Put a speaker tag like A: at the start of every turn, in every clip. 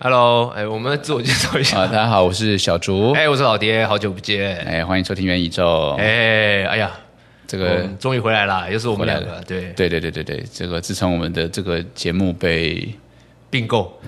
A: Hello，哎，我们自我介绍一
B: 啊，
A: 下。
B: 大家好，我是小竹，
A: 哎，我是老爹，好久不见。
B: 哎，欢迎收听元宇宙。
A: 哎，哦哎呀，
B: 这
A: 我
B: 个
A: 们，终于回来了，又是我们两
B: 回来
A: 个对
B: 对对对对对，这个自从我们的这个节目被
A: 并 购，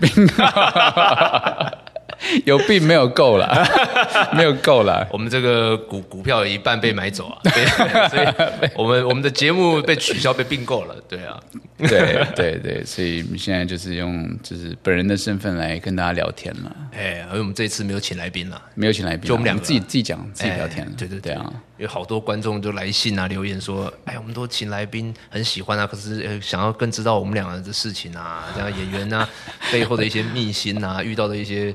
B: 有病没有够了， 没有够了，
A: 我们这个股股票一半被买走 啊，对，所以我们我们的节目被取消，被并购了，对啊，
B: 对对对，所以我们现在就是用就是本人的身份来跟大家聊天了，
A: 哎，而我们这一次没有请来宾了。
B: 没有请来宾啊，
A: 就我们两个
B: 自己自己讲自己聊天了
A: 哎，对对
B: 对啊，，
A: 有好多观众就来信啊留言说，哎，我们都请来宾很喜欢啊，可是呃想要更知道我们两个的事情啊， 这样演员啊背后的一些秘辛啊， 遇到的一些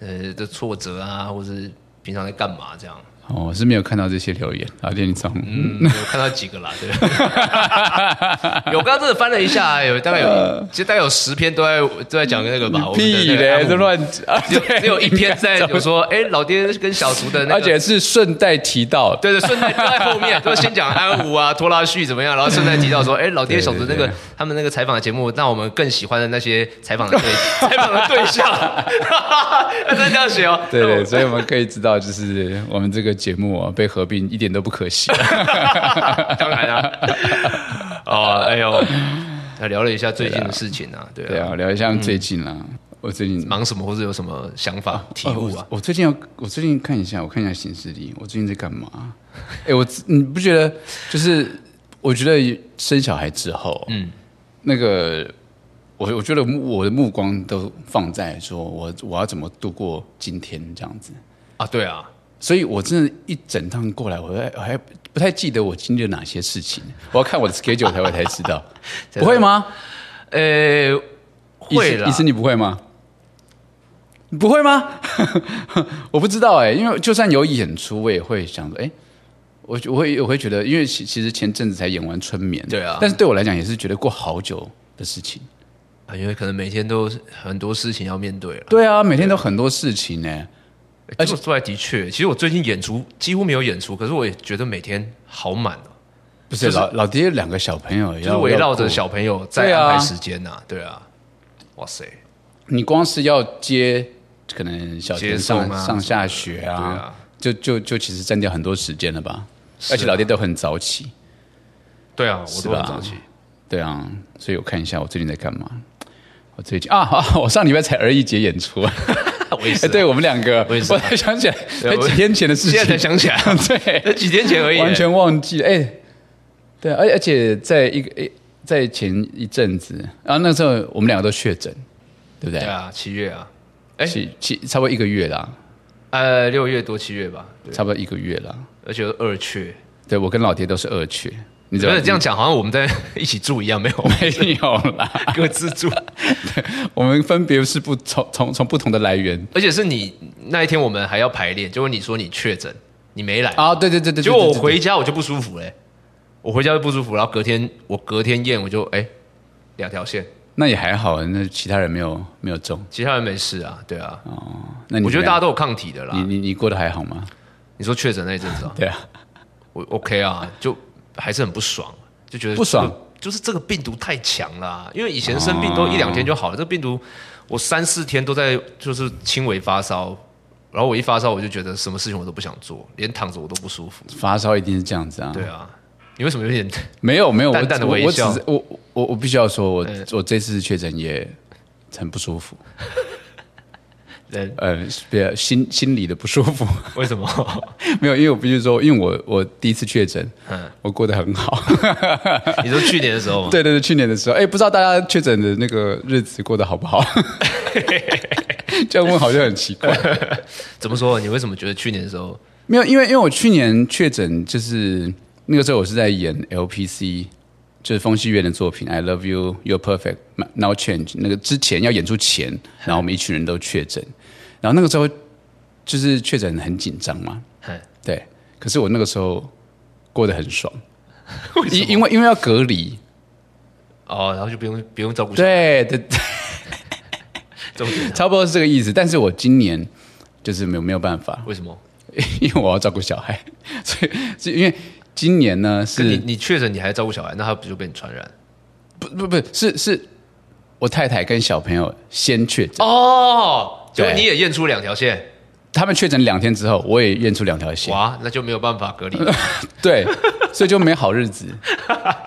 A: 呃的挫折啊，或者是平常在干嘛这样，
B: 哦，我是没有看到这些留言，啊，电总，
A: 嗯，有看到几个啦，对， 有我刚刚真的翻了一下，有大概有，其实大概有十篇都在都在讲那个吧，我们的
B: 呃屁
A: 那个
B: 嘞，
A: 按
B: 这
A: 摩
B: 乱啊，
A: 哎只有
B: 对
A: 只有一篇 在有说，哎，老爹跟小厨的那个，
B: 而且是顺带提到，
A: 对对，顺带都在后面，就先讲安武啊、拖拉旭怎么样，然后顺带提到说，哎，老爹小子那
B: 对
A: 个他们那个采访的节目，让我们更喜欢的那些采访 的对采访的对象， 他真的这样写哦。
B: 对对，所以我们可以知道，就是我们这个节目啊，被合并一点都不可惜。啊
A: 当然啊，哦，哎呦，那聊了一下最近的事情啊，对啊，
B: 对啊， 聊一下最近啦，我最近
A: 忙嗯什么或者有什么想法、体悟啊
B: 哦？我我最近要，我最近看一下，我看一下行事历，我最近在干嘛？ 哎，我你不觉得就是？我觉得生小孩之后，嗯，那个我我觉得我的目光都放在说我我要怎么度过今天这样子。
A: 啊，对啊，
B: 所以我真的，一整趟过来，我还我还不太记得我经历了哪些事情。我要看我的 schedule 才会 才知道，不会吗？
A: 呃，会
B: 医
A: 啦
B: 师医师，你不会吗？你不会吗？ 我不知道哎、因为就算有演出，我也会想说，哎、我我会我会觉得，因为其其实前阵子才演完《春眠》，
A: 对啊
B: 但是对我来讲也是觉得过好久的事情。
A: 啊因为可能每天都是很多事情要面对了。
B: 对啊，每天都很多事情欸呢、
A: 而且说来的确，其实我最近演出几乎没有演出，可是我也觉得每天好满哦，
B: 不是、
A: 就是
B: 老老爹有两个小朋友要，
A: 就是围绕着
B: 要顾
A: 小朋友在
B: 对啊
A: 安排时间呐、对啊，哇塞，
B: 你光是要接可能小
A: 接
B: 学
A: 送啊
B: 上、上下学啊，
A: 对啊
B: 就就就其实占掉很多时间了吧？
A: 是啊
B: 而且老爹都很早起，
A: 对啊，我
B: 是
A: 都
B: 吧
A: 很早起，
B: 对啊，所以我看一下我最近在干嘛。我最近啊啊，我上礼拜才儿艺节演出，
A: 我也是啊
B: 哎， 对我们两个，
A: 我也是
B: 我才想起来，
A: 对
B: 才
A: 我
B: 几天前的事情，
A: 现在才想起来，那
B: 对，
A: 几天前而已，
B: 完全忘记了，哎，对啊，而而且在一个哎，在前一阵子，然后那时候我们两个都确诊，对不
A: 对
B: 对？
A: 啊，七月啊，哎
B: 七七差不多一个月啦，
A: 呃，六月多七月吧，对，
B: 差不多一个月啦。
A: 而且有二缺，
B: 对我跟老爹都是二缺，你
A: 不
B: 知道
A: 是这样讲，好像我们在一起住一样， 没有，我们
B: 没有啦？
A: 各自住，
B: 我们分别是不从从从不同的来源
A: 而且是你那一天我们还要排练，结果你说你确诊，你没来，
B: 啊，对对对对，对
A: 结果我
B: 对对
A: 回家我就不舒服嘞、我回家就不舒服，然后隔天我隔天验我就哎两条线，
B: 那也还好，那其他人没有没有中。
A: 其他人没事啊，对啊，
B: 那你
A: 我觉得大
B: 家
A: 家都有抗体的啦。
B: 你
A: 你
B: 你你过得还好吗？
A: 说确诊那一阵子啊，
B: 对啊，
A: 我 OK 啊，就还是很不爽，就觉得
B: 不爽
A: 这个就是这个病毒太强了啊、因为以前生病
B: 哦
A: 都一两天就好了，这个病毒我三四天都在就是轻微发烧。然后我一发烧，我就觉得什么事情我都不想做，连躺着我都不舒服。
B: 发烧一定是这样子啊。
A: 对，啊，你为什么有点
B: 没有没有，我
A: 淡淡的
B: 我
A: 微
B: 我只
A: 笑
B: 是我我我必须要说，我我这次确诊也很不舒服，
A: 人？
B: 呃，比较心心里的不舒服。
A: 为什么？
B: 没有，因为我必须说，因为我我第一次确诊，
A: 嗯
B: 我过得很好。
A: 你说去年的时候吗？
B: 对对对，去年的时候，哎，不知道大家确诊的那个日子过得好不好？ 这样问好像很奇怪。
A: 怎么说？你为什么觉得去年的时候
B: 没有，因为因为我去年确诊，就是那个时候我是在演 LPC，就是风戏院的作品《I Love You You're Perfect Now Change》。那个之前要演出前，然后我们一群人都确诊，然后那个时候就是确诊很紧张嘛，
A: 嘿
B: 对。可是我那个时候过得很爽，因 因为因为要隔离，
A: 哦，然后就不用不用照顾小
B: 对对
A: 照顾小
B: 差不多是这个意思。但是我今年就是没有没有办 法，
A: 为什么？
B: 因为我要照顾小孩， 所以是因为今年呢
A: 可你
B: 是
A: 你确诊你还照顾小孩，那他不就被你传染？
B: 不不不是是我太太跟小朋友先确诊，
A: 哦，就
B: 对
A: 你也验出两条线，
B: 他们确诊两天之后，我也验出两条线，
A: 哇，那就没有办法隔离。
B: 对，所以就没好日子。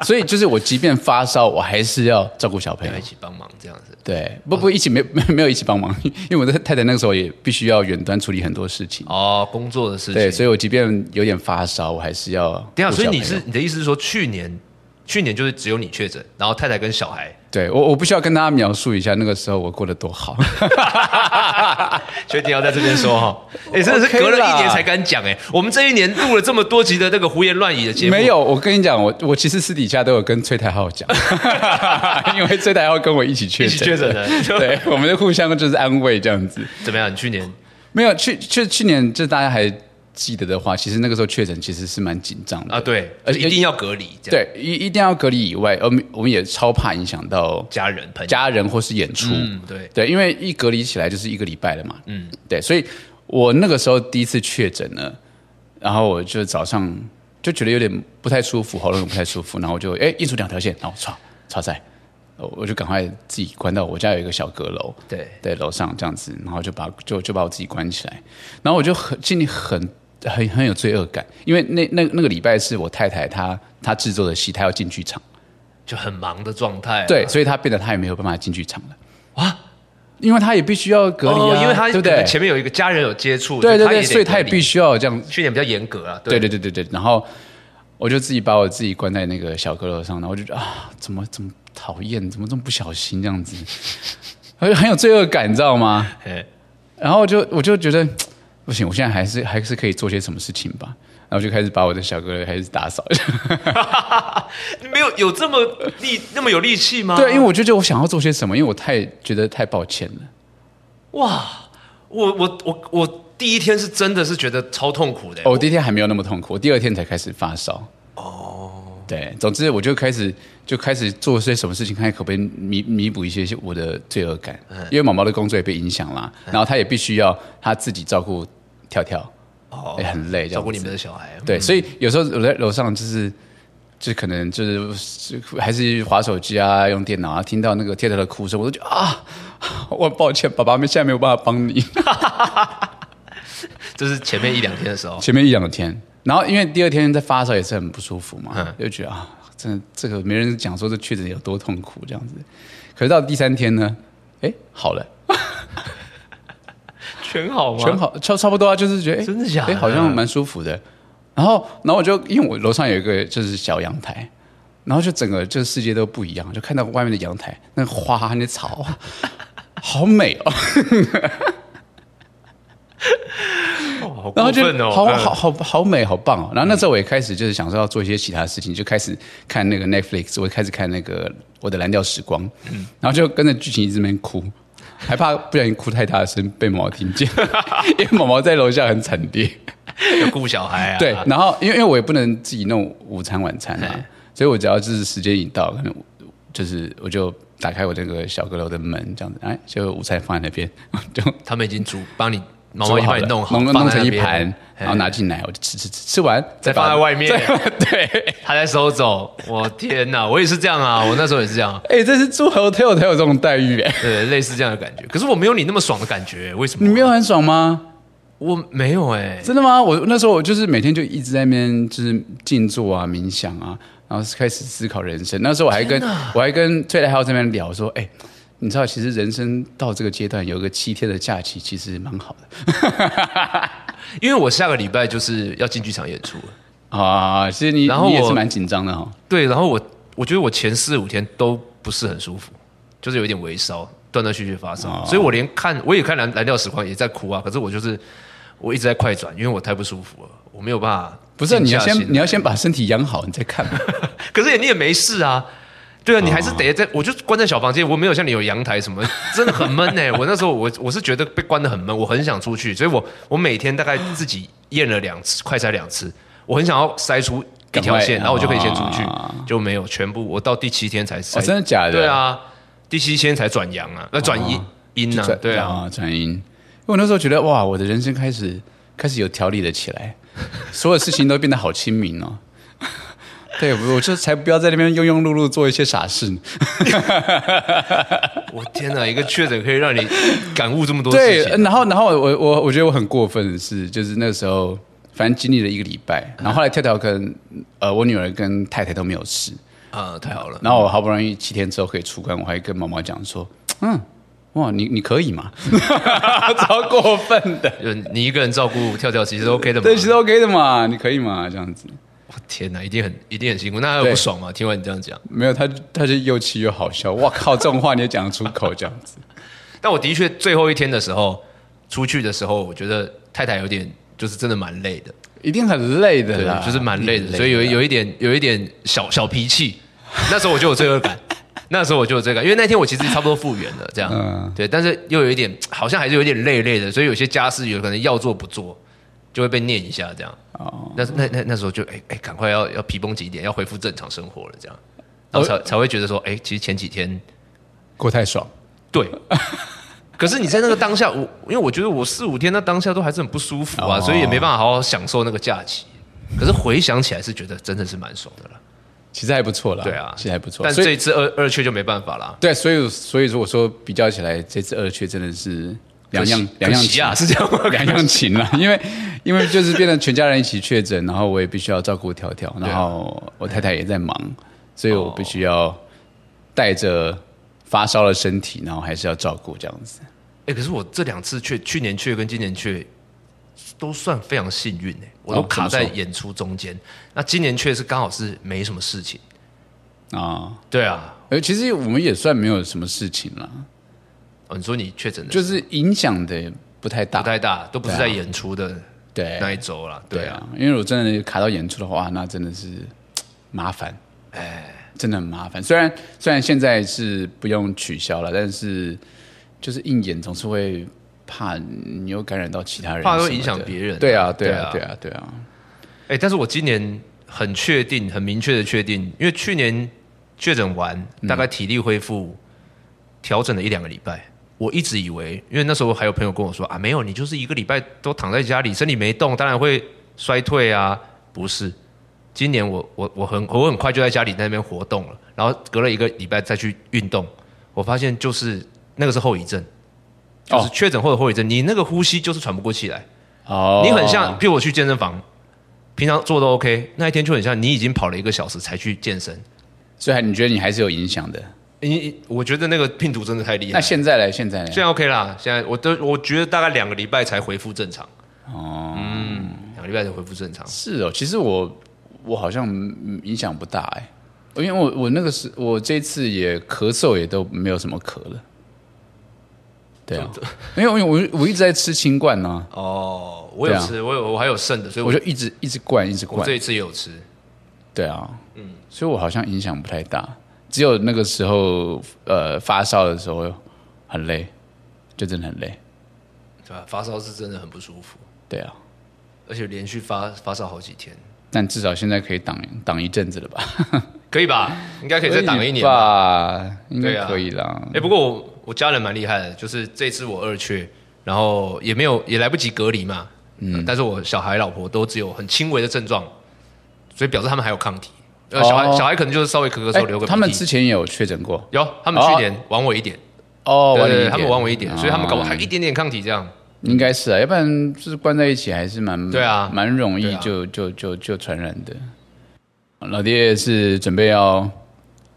B: 所以就是我即便发烧，我还是要照顾小朋友
A: 要一。起帮忙这样子。
B: 对，不不一起没没没有一起帮忙，因为我的太太那个时候也必须要远端处理很多事情。
A: 哦，工作的事情。
B: 对，所以我即便有点发烧，我还是要
A: 等一
B: 顾
A: 下，所以
B: 小
A: 你
B: 朋
A: 是
B: 友
A: 你的意思是说，去年去年就是只有你确诊，然后太太跟小孩，
B: 对我我不需要跟大家描述一下那个时候我过得多好，
A: 确定要在这边说哈？ 哎、真的是
B: OK
A: 隔了一
B: 啦
A: 年才敢讲哎、我们这一年录了这么多集的那个胡言乱语的节目，
B: 没有。我跟你讲，我我其实私底下都有跟崔 台浩讲，因为崔台浩跟我一起确
A: 一
B: 诊，
A: 起确诊的，
B: 对，我们就互相就是安慰这样子。
A: 怎么样？你去年
B: 没有，去去去年，就大家还记得的话，其实那个时候确诊其实是蛮紧张的。
A: 啊，对，
B: 而且
A: 一定要隔离，这样
B: 呃对，一一定要隔离以外，我们我们也超怕影响到
A: 家人朋友，
B: 家人或是演出。
A: 嗯，对，
B: 对，因为一隔离起来就是一个礼拜了嘛。嗯，对，所以我那个时候第一次确诊呢，然后我就早上就觉得有点不太舒服，喉咙不太舒服，然后我就哎一出两条线，然后唰唰塞，我我就赶快自己关到我家有一个小阁楼，
A: 对
B: 对，楼上这样子，然后就把就就把我自己关起来，然后我就很心里很。很很有罪恶感，因为那那那个礼拜是我太太她她制作的戏，她要进剧场，
A: 就很忙的状态、啊，
B: 对，所以她变得她也没有办法进剧场了，
A: 哇，
B: 因为她也必须要隔离啊、
A: 哦，因为他
B: 对不
A: 可
B: 对
A: 能？前面有一个家人有接触，
B: 对对
A: 他也
B: 对，
A: 得
B: 所以他也
A: 隔离
B: 必须要这样。
A: 去年比较严格啊，
B: 对对对对对，然后我就自己把我自己关在那个小阁楼上，然后我就觉得啊，怎么怎么讨厌，怎么这么不小心这样子，很很有罪恶感，你知道吗？
A: 嘿
B: 然后就我就觉得不行，我现在还是还是可以做些什么事情吧。然后就开始把我的小阁楼开始打扫，
A: 没有有这么力那么有力气吗？
B: 对，因为我就觉得我想要做些什么，因为我太觉得太抱歉了。
A: 哇，我我我我第一天是真的是觉得超痛苦的、
B: 哦，我第一天还没有那么痛苦，我第二天才开始发烧。哦，对，总之我就开始就开始做些什么事情，看可不可以弥弥补一些我的罪恶感，
A: 嗯
B: 因为毛毛的工作也被影响啦，然后他也必须要他自己照顾跳跳，
A: 哦
B: 也、很累，这
A: 照
B: 样
A: 顾
B: 子。
A: 你们的嗯小孩，
B: 对，所以有时候我在楼上就是。就可能就是还是划手机啊，用电脑啊，听到那个跳跳的哭声，我都觉得啊，我很抱歉，爸爸们现在没有办法帮你。
A: 这是前面一两天的时候，
B: 前面一两天，然后因为第二天在发烧也是很不舒服嘛，
A: 嗯
B: 就觉得啊，真的这个没人讲说这确诊有多痛苦这样子。可是到第三天呢，哎，好了，
A: 全好吗
B: 全好，差差不多啊，就是觉得哎，
A: 真的假的
B: 哎，好像蛮舒服的。然后，然后我就因为我楼上有一个就是小阳台，然后就整个就是世界都不一样，就看到外面的阳台那个花那草， 好美哦。
A: 哦好
B: 然
A: 过
B: 后就
A: 分哦，
B: 好
A: 嗯
B: 好好好美，好棒哦。然后那时候我也开始就是想说要做一些其他事情，就开始看那个 Netflix，我开始看那个我的蓝调时光，
A: 嗯
B: 然后就跟着剧情一直在那边哭，还怕不小心哭太大声被毛毛听见， 因为毛毛在楼下很惨 烈。
A: 要顾小孩啊，
B: 对，然后因为因为我也不能自己弄午餐晚餐啊
A: 哎，
B: 所以我只要就是时间一到，可能就是我就打开我那个小阁楼的门，这样子，哎，就午餐放在那边， 就
A: 他们已经煮帮你，妈妈已经帮你弄好，
B: 弄
A: 放
B: 弄
A: 在
B: 成
A: 那
B: 一
A: 边
B: 盘，然后拿进来，我就吃吃吃，吃完
A: 再
B: 把
A: 放在外面
B: 再 对，
A: 他在收走，我天哪，我也是这样啊，我那时候也是这样，
B: 哎，这是住 hotel 才有这种待遇 哎，
A: 对，类似这样的感觉，可是我没有你那么爽的感觉，为什么？
B: 你没有很爽吗？
A: 我没有哎、
B: 真的吗？我那时候我就是每天就一直在那边就是静坐啊、冥想啊，然后开始思考人生。那时候我还跟我还跟崔来浩这边聊说，哎、你知道其实人生到这个阶段有个七天的假期，其实蛮好
A: 因为我下个礼拜就是要进剧场演出了。
B: 的啊。其实你
A: 然后
B: 你也
A: 我
B: 是蛮紧张的哈、哦。
A: 对，然后我我觉得我前四五天都不是很舒服，就是有一点微烧，断断续续发
B: 哦
A: 烧，所以我连看我也看蓝蓝调时光也在哭啊，可是我就是我一直在快转，因为我太不舒服了，我没有办法
B: 不是，
A: 静
B: 你
A: 下
B: 要
A: 心来。
B: 先你要先把身体养好，你再看嘛。
A: 可是你也没事啊。对啊，你还是得在，我就关在小房间，我没有像你有阳台什么，真的 很闷哎、我那时候我我是觉得被关的很闷，我很想出去，所以我我每天大概自己验了两次，快筛两次，我很想要筛出一条线，
B: 赶快
A: 然后我就可以先出去
B: 啊，
A: 就没有全部， 我到第七天才
B: 哦，
A: 筛，
B: 真的假的？
A: 对啊，第七天才转阳啊，那转阴阴啊，对啊，，
B: 转阴。因为我那时候觉得哇，我的人生开始开始有条理了起来，所有事情都变得好亲民哦。 对，我就才不要在那边庸庸碌碌做一些傻事。
A: 我天哪，一个确诊可以让你感悟这么多
B: 对
A: 事，情，
B: 然后然后我我我觉得我很过分的是，就是那时候反正经历了一个礼拜，然后后来跳跳跟呃我女儿跟太太都没有事，
A: 啊、太好了，
B: 然后我好不容易七天之后可以出关，我还跟毛毛讲说，嗯。哇，你你可以吗？ 超过分的，
A: 就你一个人照顾跳跳其实 OK 的嘛
B: 对，。其实 OK 的嘛，你可以嘛，这样子，
A: 我天哪，一定很一定很辛苦，那他有
B: 对
A: 不爽吗？听完你这样讲，
B: 没有他他就又气又好笑，哇靠，这种话你也讲得出口，这样子，
A: 但我的确最后一天的时候出去的时候，我觉得太太有点就是真的蛮累的，
B: 一定很累的
A: 对
B: 啦，，
A: 就是蛮累
B: 一定
A: 的，所以有
B: 啦
A: 有一点有一点小小脾气。那时候我就有罪恶感， 那时候我就有罪恶感，因为那天我其实差不多复原了，这样、
B: 嗯
A: 对，但是又有一点好像还是有点累累的，所以有些家事有可能要做不做，就会被念一下这样。
B: 哦，
A: 那那那那时候就哎哎，赶快要要皮绷紧一点，要恢复正常生活了，这样，
B: 哦
A: 然后才、才会觉得说，哎，其实前几天
B: 过太爽，
A: 对， 可是你在那个当下，我因为我觉得我四五天那当下都还是很不舒服啊，
B: 哦
A: 所以也没办法好好享受那个假期。可是回想起来是觉得真的是蛮爽的了，
B: 其实还不错啦，
A: 对啊，
B: 其实还不错，
A: 但
B: 所以
A: 这一次二二缺就没办法啦。
B: 对，所以所以说我说比较起来，这次二缺真的是两样
A: 可惜
B: 两样
A: 可惜
B: 情
A: 啊，是这样吗？
B: 两样情了，因为因为就是变成全家人一起确诊，然后我也必须要照顾条条，然后我太太也在忙，所以我必须要带着发烧的身体，然后还是要照顾这样子。
A: 哎、可是我这两次去去年去跟今年去都算非常幸运哎、我都
B: 哦怎
A: 卡
B: 么说
A: 在演出中间。那今年去是刚好是没什么事情，
B: 啊，
A: 对啊。
B: 呃，其实我们也算没有什么事情了，
A: 哦你说你确诊的
B: 就是是影响的不太
A: 不
B: 大。
A: 太大，都不是
B: 对
A: 在
B: 啊
A: 演出的
B: 对
A: 那一周啦。对
B: 对
A: 啊，
B: 啊，因为我真的卡到演出的话，那真的是麻烦，哎，真的很麻烦。虽然虽然现在是不用取消了，但是就是应演总是会怕你又感染到其他人什
A: 怕
B: 么的，
A: 会影响别人啊
B: 对啊，对啊，
A: 对
B: 对啊，对啊，
A: 哎、但是我今年很确定、很明确的确定，因为去年确诊完，大概体力恢复调整了一两个礼拜。我一直以为，因为那时候还有朋友跟我说啊，没有，你就是一个礼拜都躺在家里，身体没动，当然会衰退啊。不是，今年我我我很我很快就在家里那边活动了，然后隔了一个礼拜再去运动，我发现就是那个是后遗症，就是
B: 哦
A: 确诊后的后遗症，你那个呼吸就是喘不过气来。
B: 哦
A: 你很像，譬如我去健身房，平常做都 OK，那一天就很像你已经跑了一个小时才去健身。
B: 所以你觉得你还是有影响的？
A: 你我觉得那个病毒真的太厉害
B: 那
A: 了，
B: 现在嘞，现在嘞
A: 现，在 OK 啦，现在我都我觉得大概两个礼拜才恢复正常。嗯
B: 哦，
A: 两个礼拜才恢复正常，
B: 是哦，其实我我好像嗯影响不大哎、因为我我那个是我这次也咳嗽也都没有什么咳了，对啊，没有，因为我我一直在吃清罐呢、
A: 哦，我有
B: 对啊
A: 吃，我有我还有剩的，所以
B: 我
A: 我
B: 就一直一直灌一直
A: 我
B: 灌
A: 这，一嗯次也有吃。
B: 对啊，所以我好像影响不太大，只有那个时候呃发烧的时候很累，就真的很累，
A: 对吧？发烧是真的很不舒服，
B: 对啊，
A: 而且连续发发烧好几天，
B: 但至少现在可以挡挡一阵子了吧？
A: 可以吧？应该可以再挡一年吧。
B: 吧，应
A: 对
B: 该
A: 啊
B: 可以啦。
A: 哎、不过我我家人蛮厉害的，就是这次我二缺，然后也没有也来不及隔离嘛，嗯，但是我小孩、老婆都只有很轻微的症状，所以表示他们还有抗体。呃，
B: 哦
A: 小孩、小孩可能就是稍微咳咳嗽
B: 哎
A: 流个鼻涕
B: 他们之前也有确诊过，
A: 有，他们去年玩我一点，
B: 哦，
A: 对
B: 晚
A: 对
B: 一
A: 对，
B: 点
A: 他们玩我一点，啊所以他们搞不
B: 哦
A: 好还一点点抗体这样。
B: 应该是啊，要不然就是关在一起还是蛮
A: 对啊
B: 蛮容
A: 对
B: 易
A: 啊
B: 就、就就就传染的。老爹是准备要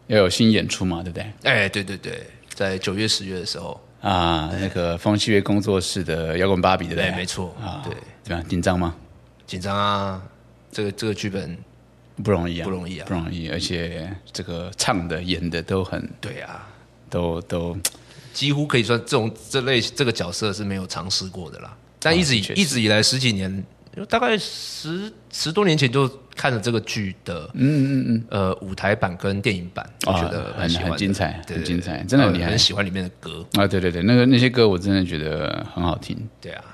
B: 要有新演出嘛，对不对？
A: 哎、对对对，在九月、十月的时候，
B: 啊，那个风戏乐工作室的摇滚芭比，对不
A: 对，
B: 对？
A: 哎没错，
B: 啊，
A: 对，
B: 怎么样？紧张吗？
A: 紧张啊，这个这个剧本，
B: 不容易啊，
A: 不容易啊
B: 不容易。而且这个唱的、演的都很
A: 对啊，
B: 都都
A: 几乎可以算这种这类这个角色是没有尝试过的啦。但一直以、
B: 哦的确
A: 一直以来十几年，就大概十十多年前就看了这个剧的，嗯嗯嗯，呃，舞台版跟电影版，我觉得
B: 很
A: 喜欢的
B: 哦很精彩
A: 对
B: 很精彩
A: 对
B: 真的很
A: 然后
B: 厉害
A: 很喜欢里面的歌，
B: 啊，对对对，那个那些歌我真的觉得很好听，
A: 对啊，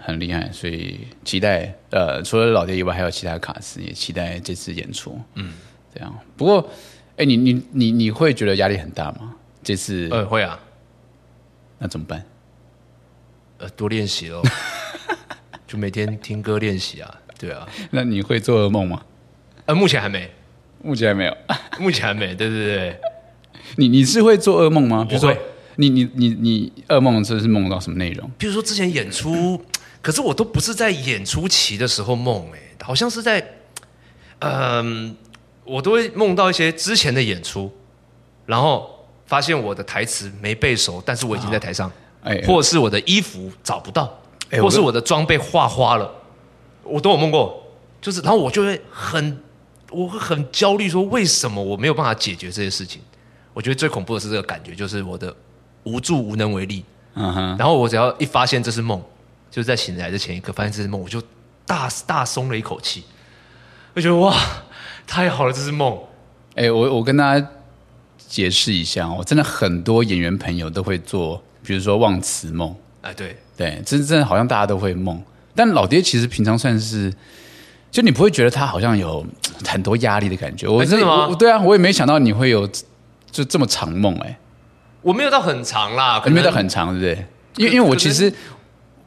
B: 很厉害，所以期待呃，除了老爹以外，还有其他卡司，也期待这次演出。嗯，这样。不过，哎、你你你你会觉得压力很大吗？这次、
A: 呃，会啊，
B: 那怎么办？
A: 呃，多练习咯，就每天听歌练习啊，对啊，
B: 那你会做噩梦吗？
A: 呃，目前还没，
B: 目前还没有。
A: 目前还没，对对对，
B: 你你是会做噩梦吗？比如说
A: 会，
B: 你你你你噩梦这是梦到什么内容？
A: 比如说之前演出，可是我都不是在演出期的时候梦，哎，好像是在，嗯、我都会梦到一些之前的演出，然后发现我的台词没背熟，但是我已经在台上，
B: 哎，
A: 或是我的衣服找不到，
B: 哎
A: 或是
B: 我
A: 我的妆被画花了，我都有梦过，就是，然后我就会很，我会很焦虑，说为什么我没有办法解决这些事情？我觉得最恐怖的是这个感觉，就是我的无助、无能为力。
B: 嗯哼，
A: 然后我只要一发现这是梦，就是在醒来的前一刻发现这是梦，我就大大松了一口气，我觉得哇，太好了，这是梦。
B: 哎，我我跟大家解释一下，我真的很多演员朋友都会做，比如说忘词梦，
A: 哎，对，
B: 对，真真的好像大家都会梦，但老爹其实平常算是。就你不会觉得他好像有嘖很多压力的感觉，我
A: 哎真的吗
B: 我我对啊，我也没想到你会有就这么长梦哎、
A: 我没有到很长啦，可
B: 没有
A: 能
B: 到很长，对不对？因为
A: 可
B: 因为
A: 啊可
B: 我
A: 能
B: 其实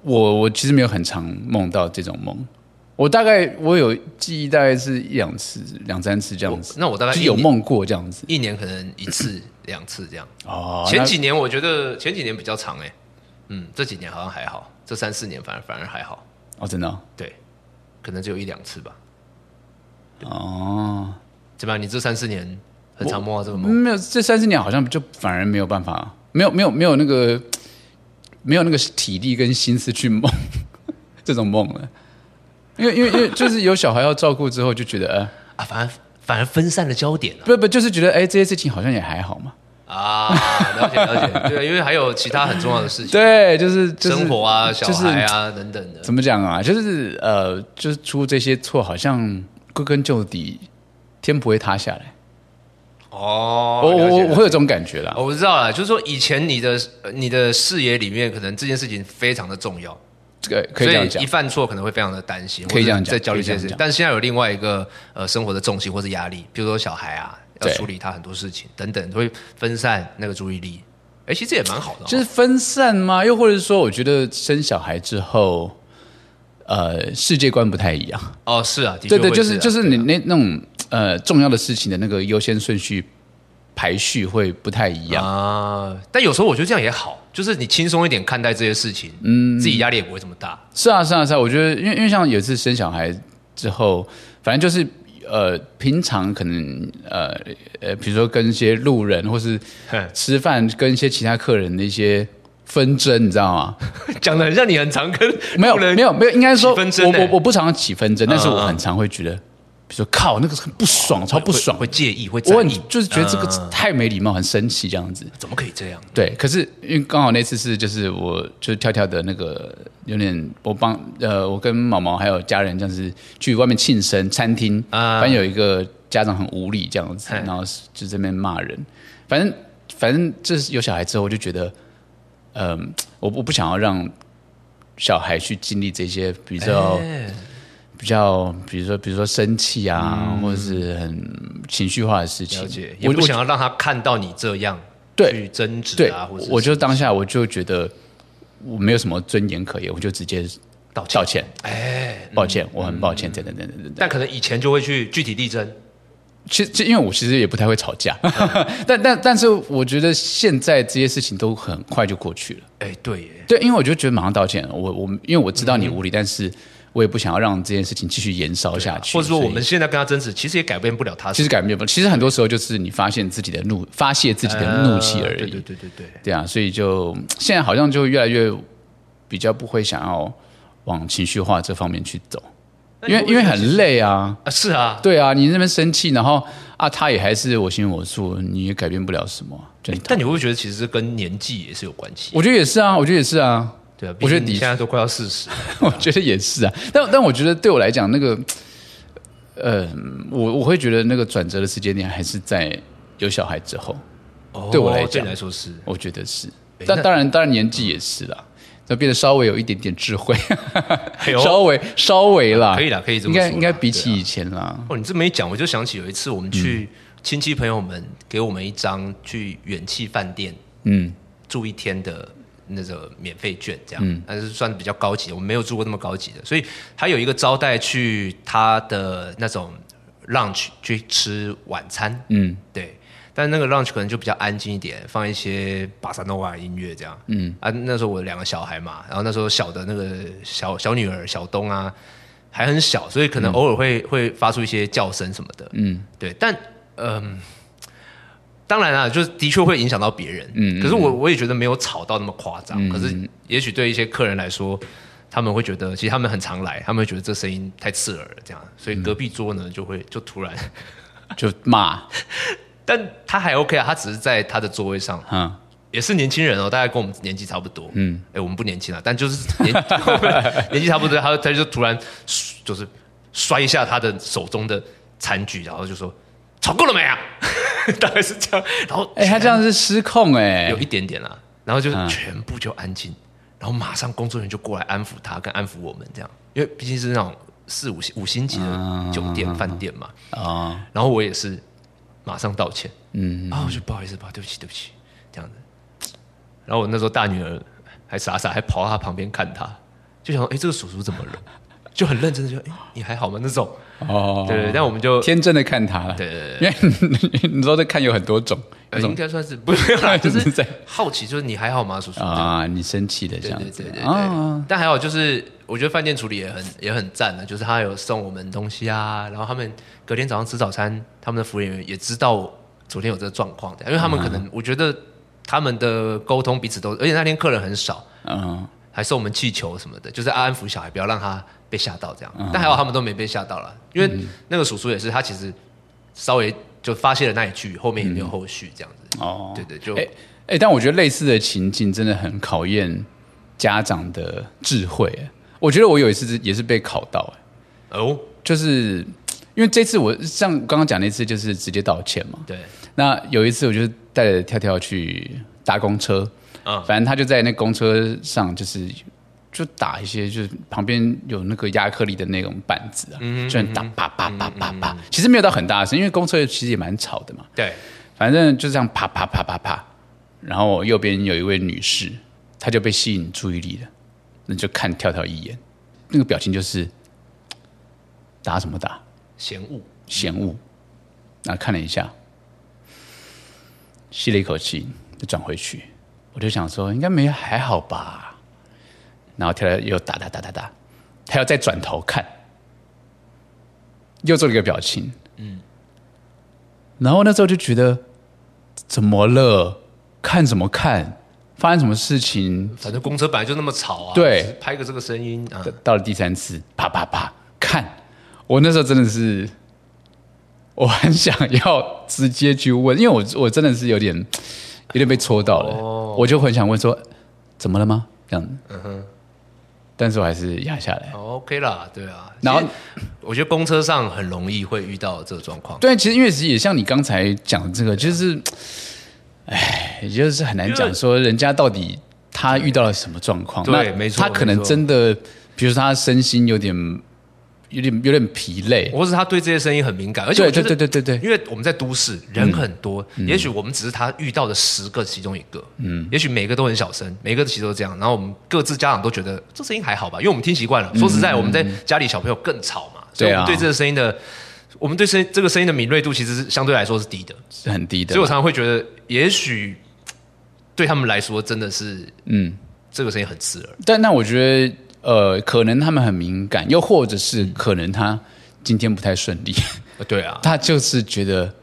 B: 我我其实没有很常梦到这种梦，我大概我有记忆大概是一两次、两三次这样子，
A: 那我大概
B: 就
A: 一
B: 有
A: 年，
B: 梦过这样子。
A: 一年可能一次两次这样。
B: 哦
A: 前几年我觉得前几年比较长哎、嗯，这几年好像还好，这三四年反而反而还好，
B: 那哦，真的哦
A: 对，可能只有一两次吧。
B: 哦，
A: 怎么样？你这三四年很常梦到这个梦？
B: 嗯没有这三四年好像就反而没有办法，没有没有没有那个没有那个体力跟心思去梦这种梦了。因为因为因为就是有小孩要照顾之后，就觉得呃，
A: 啊，反而反而分散了焦点啊了
B: 不不，就是觉得哎，这些事情好像也还好嘛。
A: 啊！了解 了解，对，因为还有其他很重要的事情。
B: 对，就是就是
A: 生活啊、小
B: 就是
A: 孩啊等等的。
B: 怎么讲啊？就是呃，就是出这些错，好像归根究底，天不会塌下来。
A: 哦
B: 我我我我会
A: 会
B: 有这种感觉啦。
A: 我知道了，就是说以前你的呃你的视野里面，可能这件事情非常的重要，
B: 这个可以
A: 所
B: 这样
A: 以
B: 讲
A: 一，犯错可能会非常的担心，
B: 可以这样讲
A: 或者在焦虑这件事
B: 可以这样
A: 情
B: 讲。
A: 但现在有另外一个呃生活的重心或是压力，比如说小孩啊，要
B: 对
A: 处理他很多事情等等，会分散那个注意力。哎，其实也蛮好的哦，
B: 就是分散吗？又或者说，我觉得生小孩之后，呃，世界观不太一样。
A: 哦，是啊，的确
B: 对对，
A: 会
B: 就是就是
A: 啊
B: 你那那种呃重要的事情的那个优先顺序排序会不太一样。
A: 啊，但有时候我觉得这样也好，就是你轻松一点看待这些事情，嗯，自己压力也不会这么大。
B: 是啊，是啊，是啊。我觉得，因为因为像有一次生小孩之后，反正就是呃，平常可能呃呃，比如说跟一些路人或是
A: 哼
B: 吃饭跟一些其他客人的一些纷争，你知道吗？
A: 讲的很像你很常跟
B: 没有，
A: 路人
B: 没有，没有，应该说
A: 起纷争
B: 我
A: 欸
B: 我我不常起纷争，但是
A: 嗯嗯
B: 我很常会觉得，比如说靠，那个很不爽，超不爽
A: 会，会介意，会在
B: 我很
A: 意，
B: 就是觉得这个
A: 嗯
B: 太没礼貌，很生气这样子。
A: 怎么可以这样？
B: 对，可是因为刚好那次是就是我就是跳跳的那个有点我帮呃我跟毛毛还有家人这样子去外面庆生餐厅，
A: 啊
B: 反正有一个家长很无理这样子，
A: 嘿
B: 然后就这边骂人，反正反正就是有小孩之后我就觉得，嗯、我我不想要让小孩去经历这些比较、
A: 哎
B: 比较比如说比如说生气啊，或者是很情绪化的事情
A: 嗯了解，，也
B: 我
A: 不
B: 我
A: 想要让他看到你这样
B: 对
A: 去争执
B: 对
A: 啊，或者是
B: 我就当下我就觉得我没有什么尊严可言，我就直接
A: 道歉嗯
B: 道。歉，
A: 哎，
B: 抱歉，我很抱歉，等等等等等等。
A: 但可能以前就会去具体力争，
B: 其实，因为我其实也不太会吵架， 但但但是我觉得现在这些事情都很快就过去了。
A: 哎，对耶，
B: 对，因为我就觉得马上道歉，我我因为我知道
A: 嗯
B: 你无理，但是我也不想要让这件事情继续延烧下去，
A: 啊或者说
B: 所以
A: 我们现在跟他争执，其实也改变不了他
B: 其
A: 什么，
B: 实改变不，其实很多时候就是你发现自己的怒，发泄自己的怒气而
A: 呃对
B: 已
A: 对。对对对，
B: 对啊，所以就现在好像就越来越比较不会想要往情绪化这方面去走，
A: 那你
B: 因为
A: 会不
B: 因
A: 会
B: 为很累啊。
A: 啊，是啊，
B: 对啊，你那边生气，然后啊，他也还是我行我素，你也改变不了什么啊。真的，
A: 但你会不会觉得其实跟年纪也是有关系？
B: 我觉得也是啊，我觉得也是啊，
A: 对啊，
B: 我觉得
A: 毕竟你
B: 的
A: 现在都快要四十，
B: 我觉得也是啊。但但我觉得对我来讲，那个，呃，我我会觉得那个转折的时间点还是在有小孩之后，
A: 哦
B: 对我来
A: 对
B: 讲
A: 你来说是，
B: 我觉得是
A: 诶。
B: 但
A: 那
B: 当然，当然年纪也是啦，那变得稍微有一点点智慧。
A: 哎呦
B: 稍微稍微啦，
A: 可以啦可以这么
B: 应该
A: 说啦
B: 应该
A: 对
B: 比起以前啦，
A: 哦，你这么一讲，我就想起有一次我们去
B: 嗯
A: 亲戚朋友们给我们一张去远气饭店
B: 嗯，
A: 住一天的那个免费券，这样，
B: 嗯
A: 但是算比较高级的，我们没有住过那么高级的，所以他有一个招待去他的那种 lunch 去吃晚餐，
B: 嗯
A: 对。但那个 lunch 可能就比较安静一点，放一些巴萨诺瓦音乐这样。嗯啊，那时候我有两个小孩嘛，然后那时候小的那个小小女儿小东啊还很小，所以可能偶尔会、会发出一些叫声什么的。
B: 嗯
A: 对，但嗯、当然啦，就是的确会影响到别人。
B: 嗯嗯
A: 可是我我也觉得没有吵到那么夸张。可是也许对一些客人来说，他们会觉得，其实他们很常来，他们会觉得这声音太刺耳了，这样，所以隔壁桌呢就会就 突然，
B: 就骂，
A: 但他还 OK 啊，他只是在他的座位上，
B: 嗯
A: 也是年轻人哦，大概跟我们年纪差不多。嗯，
B: 嗯，
A: 哎、我们不年轻了，但就是年 年纪差不多，他他就突然就是摔一下他的手中的餐具，然后就说吵够了没啊？ 大概是这样，然后
B: 哎、他这样是失控哎、
A: 有一点点啦，然后就
B: 嗯
A: 全部就安静，然后马上工作人员就过来安抚他，跟安抚我们这样，因为毕竟是那种四五星五星级的酒店饭店嘛。
B: 啊，
A: 然后我也是马上道歉，
B: 嗯，
A: 啊，我就不好意思，不好意思，对不起，对不起，这样子。然后我那时候大女儿还傻傻还跑到她旁边看她，就想说，哎，这个叔叔怎么了？就很认真的就，哎，你还好吗？那种，
B: 哦，
A: 对对，但我们就，
B: 天真的看他了，
A: 对对哎
B: 因为你知道这看有很多种，
A: 对，呃
B: 一
A: 应
B: 种
A: 该算是不 是啦，就
B: 你
A: 是
B: 在
A: 好奇，就是你还好吗，叔叔？
B: 啊，你生气的这
A: 对
B: 样
A: 对
B: 子
A: 对对对
B: 啊，
A: 但还好，就是我觉得饭店处理也很也很赞的，就是他有送我们东西啊，然后他们隔天早上吃早餐，他们的服务员也知道昨天有这个状况的，因为他们
B: 嗯
A: 可能、我觉得他们的沟通彼此都，而且那天客人很少，
B: 嗯
A: 还送我们气球什么的，就是安抚小孩，不要让他被吓到这样。
B: 嗯
A: 但还好他们都没被吓到了，因为那个叔叔也是，他其实稍微就发泄了那一句，后面也没有后续这样子。
B: 嗯哦，
A: 对对，就、
B: 哎哎，但我觉得类似的情境真的很考验家长的智慧。哎我觉得我有一次也是被考到，哎
A: 哦，
B: 就是因为这次我像刚刚讲那次就是直接道歉嘛，
A: 对，
B: 那有一次我就带着跳跳去搭公车，
A: 嗯
B: 反正他就在那公车上就是。就打一些，就是旁边有那个亚克力的那种板子啊，就很打啪啪啪啪啪。其实没有到很大声，因为公车其实也蛮吵的嘛。
A: 对，
B: 反正就这样啪啪啪啪啪，然后我右边有一位女士，她就被吸引注意力了，那就看跳跳一眼，那个表情就是嘖打什么打
A: 嫌恶，
B: 嫌恶，然后看了一下，吸了一口气，就转回去，我就想说应该没还好吧，然后跳跳又打打打打打，她要再转头看，又做了一个表情，然后那时候就觉得怎么了？看什么看？发生什么事情？
A: 反正公车本来就那么吵啊，
B: 对，
A: 拍个这个声音啊，
B: 到了第三次，啪啪啪，看！我那时候真的是，我很想要直接去问，因为我我真的是有点有点被戳到了，
A: 哦
B: 我就很想问说怎么了吗？这样，但是我还是压下来。
A: 哦 OK 啦，对啊。
B: 然后
A: 其实我觉得公车上很容易会遇到这个状况，
B: 对，其实因为其实也像你刚才讲的这个，就是，哎，就是很难讲说人家到底他遇到了什么状况。
A: 对
B: 那
A: 没错
B: 他可能
A: 没错
B: 真的，比如说他身心有点、有点、有点疲累。
A: 或是他对这些声音很敏感，而且
B: 对
A: 我觉
B: 对
A: 得
B: 对对对对，
A: 因为我们在都市，人很多，也许我们只是他遇到的十个其中一个，嗯，也许每个都很小声，每个其实都这样，然后我们各自家长都觉得这声音还好吧，因为我们听习惯了。说实在，我们在家里小朋友更吵嘛，所以
B: 嗯对
A: 我
B: 啊
A: 们对这个声音的，我们对声这个声音的敏锐度其实是相对来说是低的，
B: 是很低的
A: 所以。我常常会觉得，也许对他们来说真的是
B: 嗯，
A: 这个声音很刺耳，
B: 但那我觉得，呃，可能他们很敏感，又或者是
A: 嗯
B: 可能他今天不太顺利，
A: 呃对啊，
B: 他就是觉得。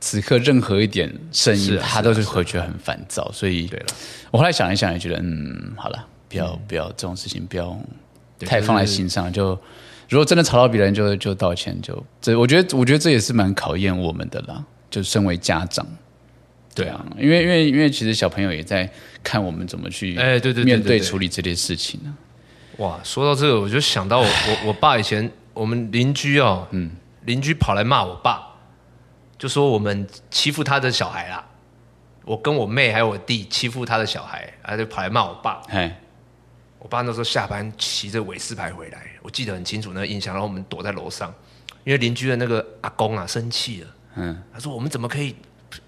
B: 此刻任何一点声音，
A: 是啊
B: 他都是会觉得很烦躁，所以
A: 对了，啊
B: 我后来想一想，也觉得嗯，好了，不要、不要这种事情，不要
A: 对
B: 太放在心上。就如果真的吵到别人就，就道歉。就这，我觉得我觉得这也是蛮考验我们的啦。就身为家长，
A: 对啊
B: 啊，因为因为因为其实小朋友也在看我们怎么去
A: 哎对对对
B: 面
A: 对对
B: 对处理这些事情啊。
A: 哇，说到这个，我就想到我我 我爸以前我们邻居哦，嗯，邻居跑来骂我爸，就说我们欺负他的小孩啦，我跟我妹还有我弟欺负他的小孩，他就跑来骂我爸。
B: 哎，
A: 我爸那时候下班骑着韦斯牌回来，我记得很清楚那个印象。然后我们躲在楼上，因为邻居的那个阿公啊生气了，
B: 嗯，
A: 他说我们怎么可以，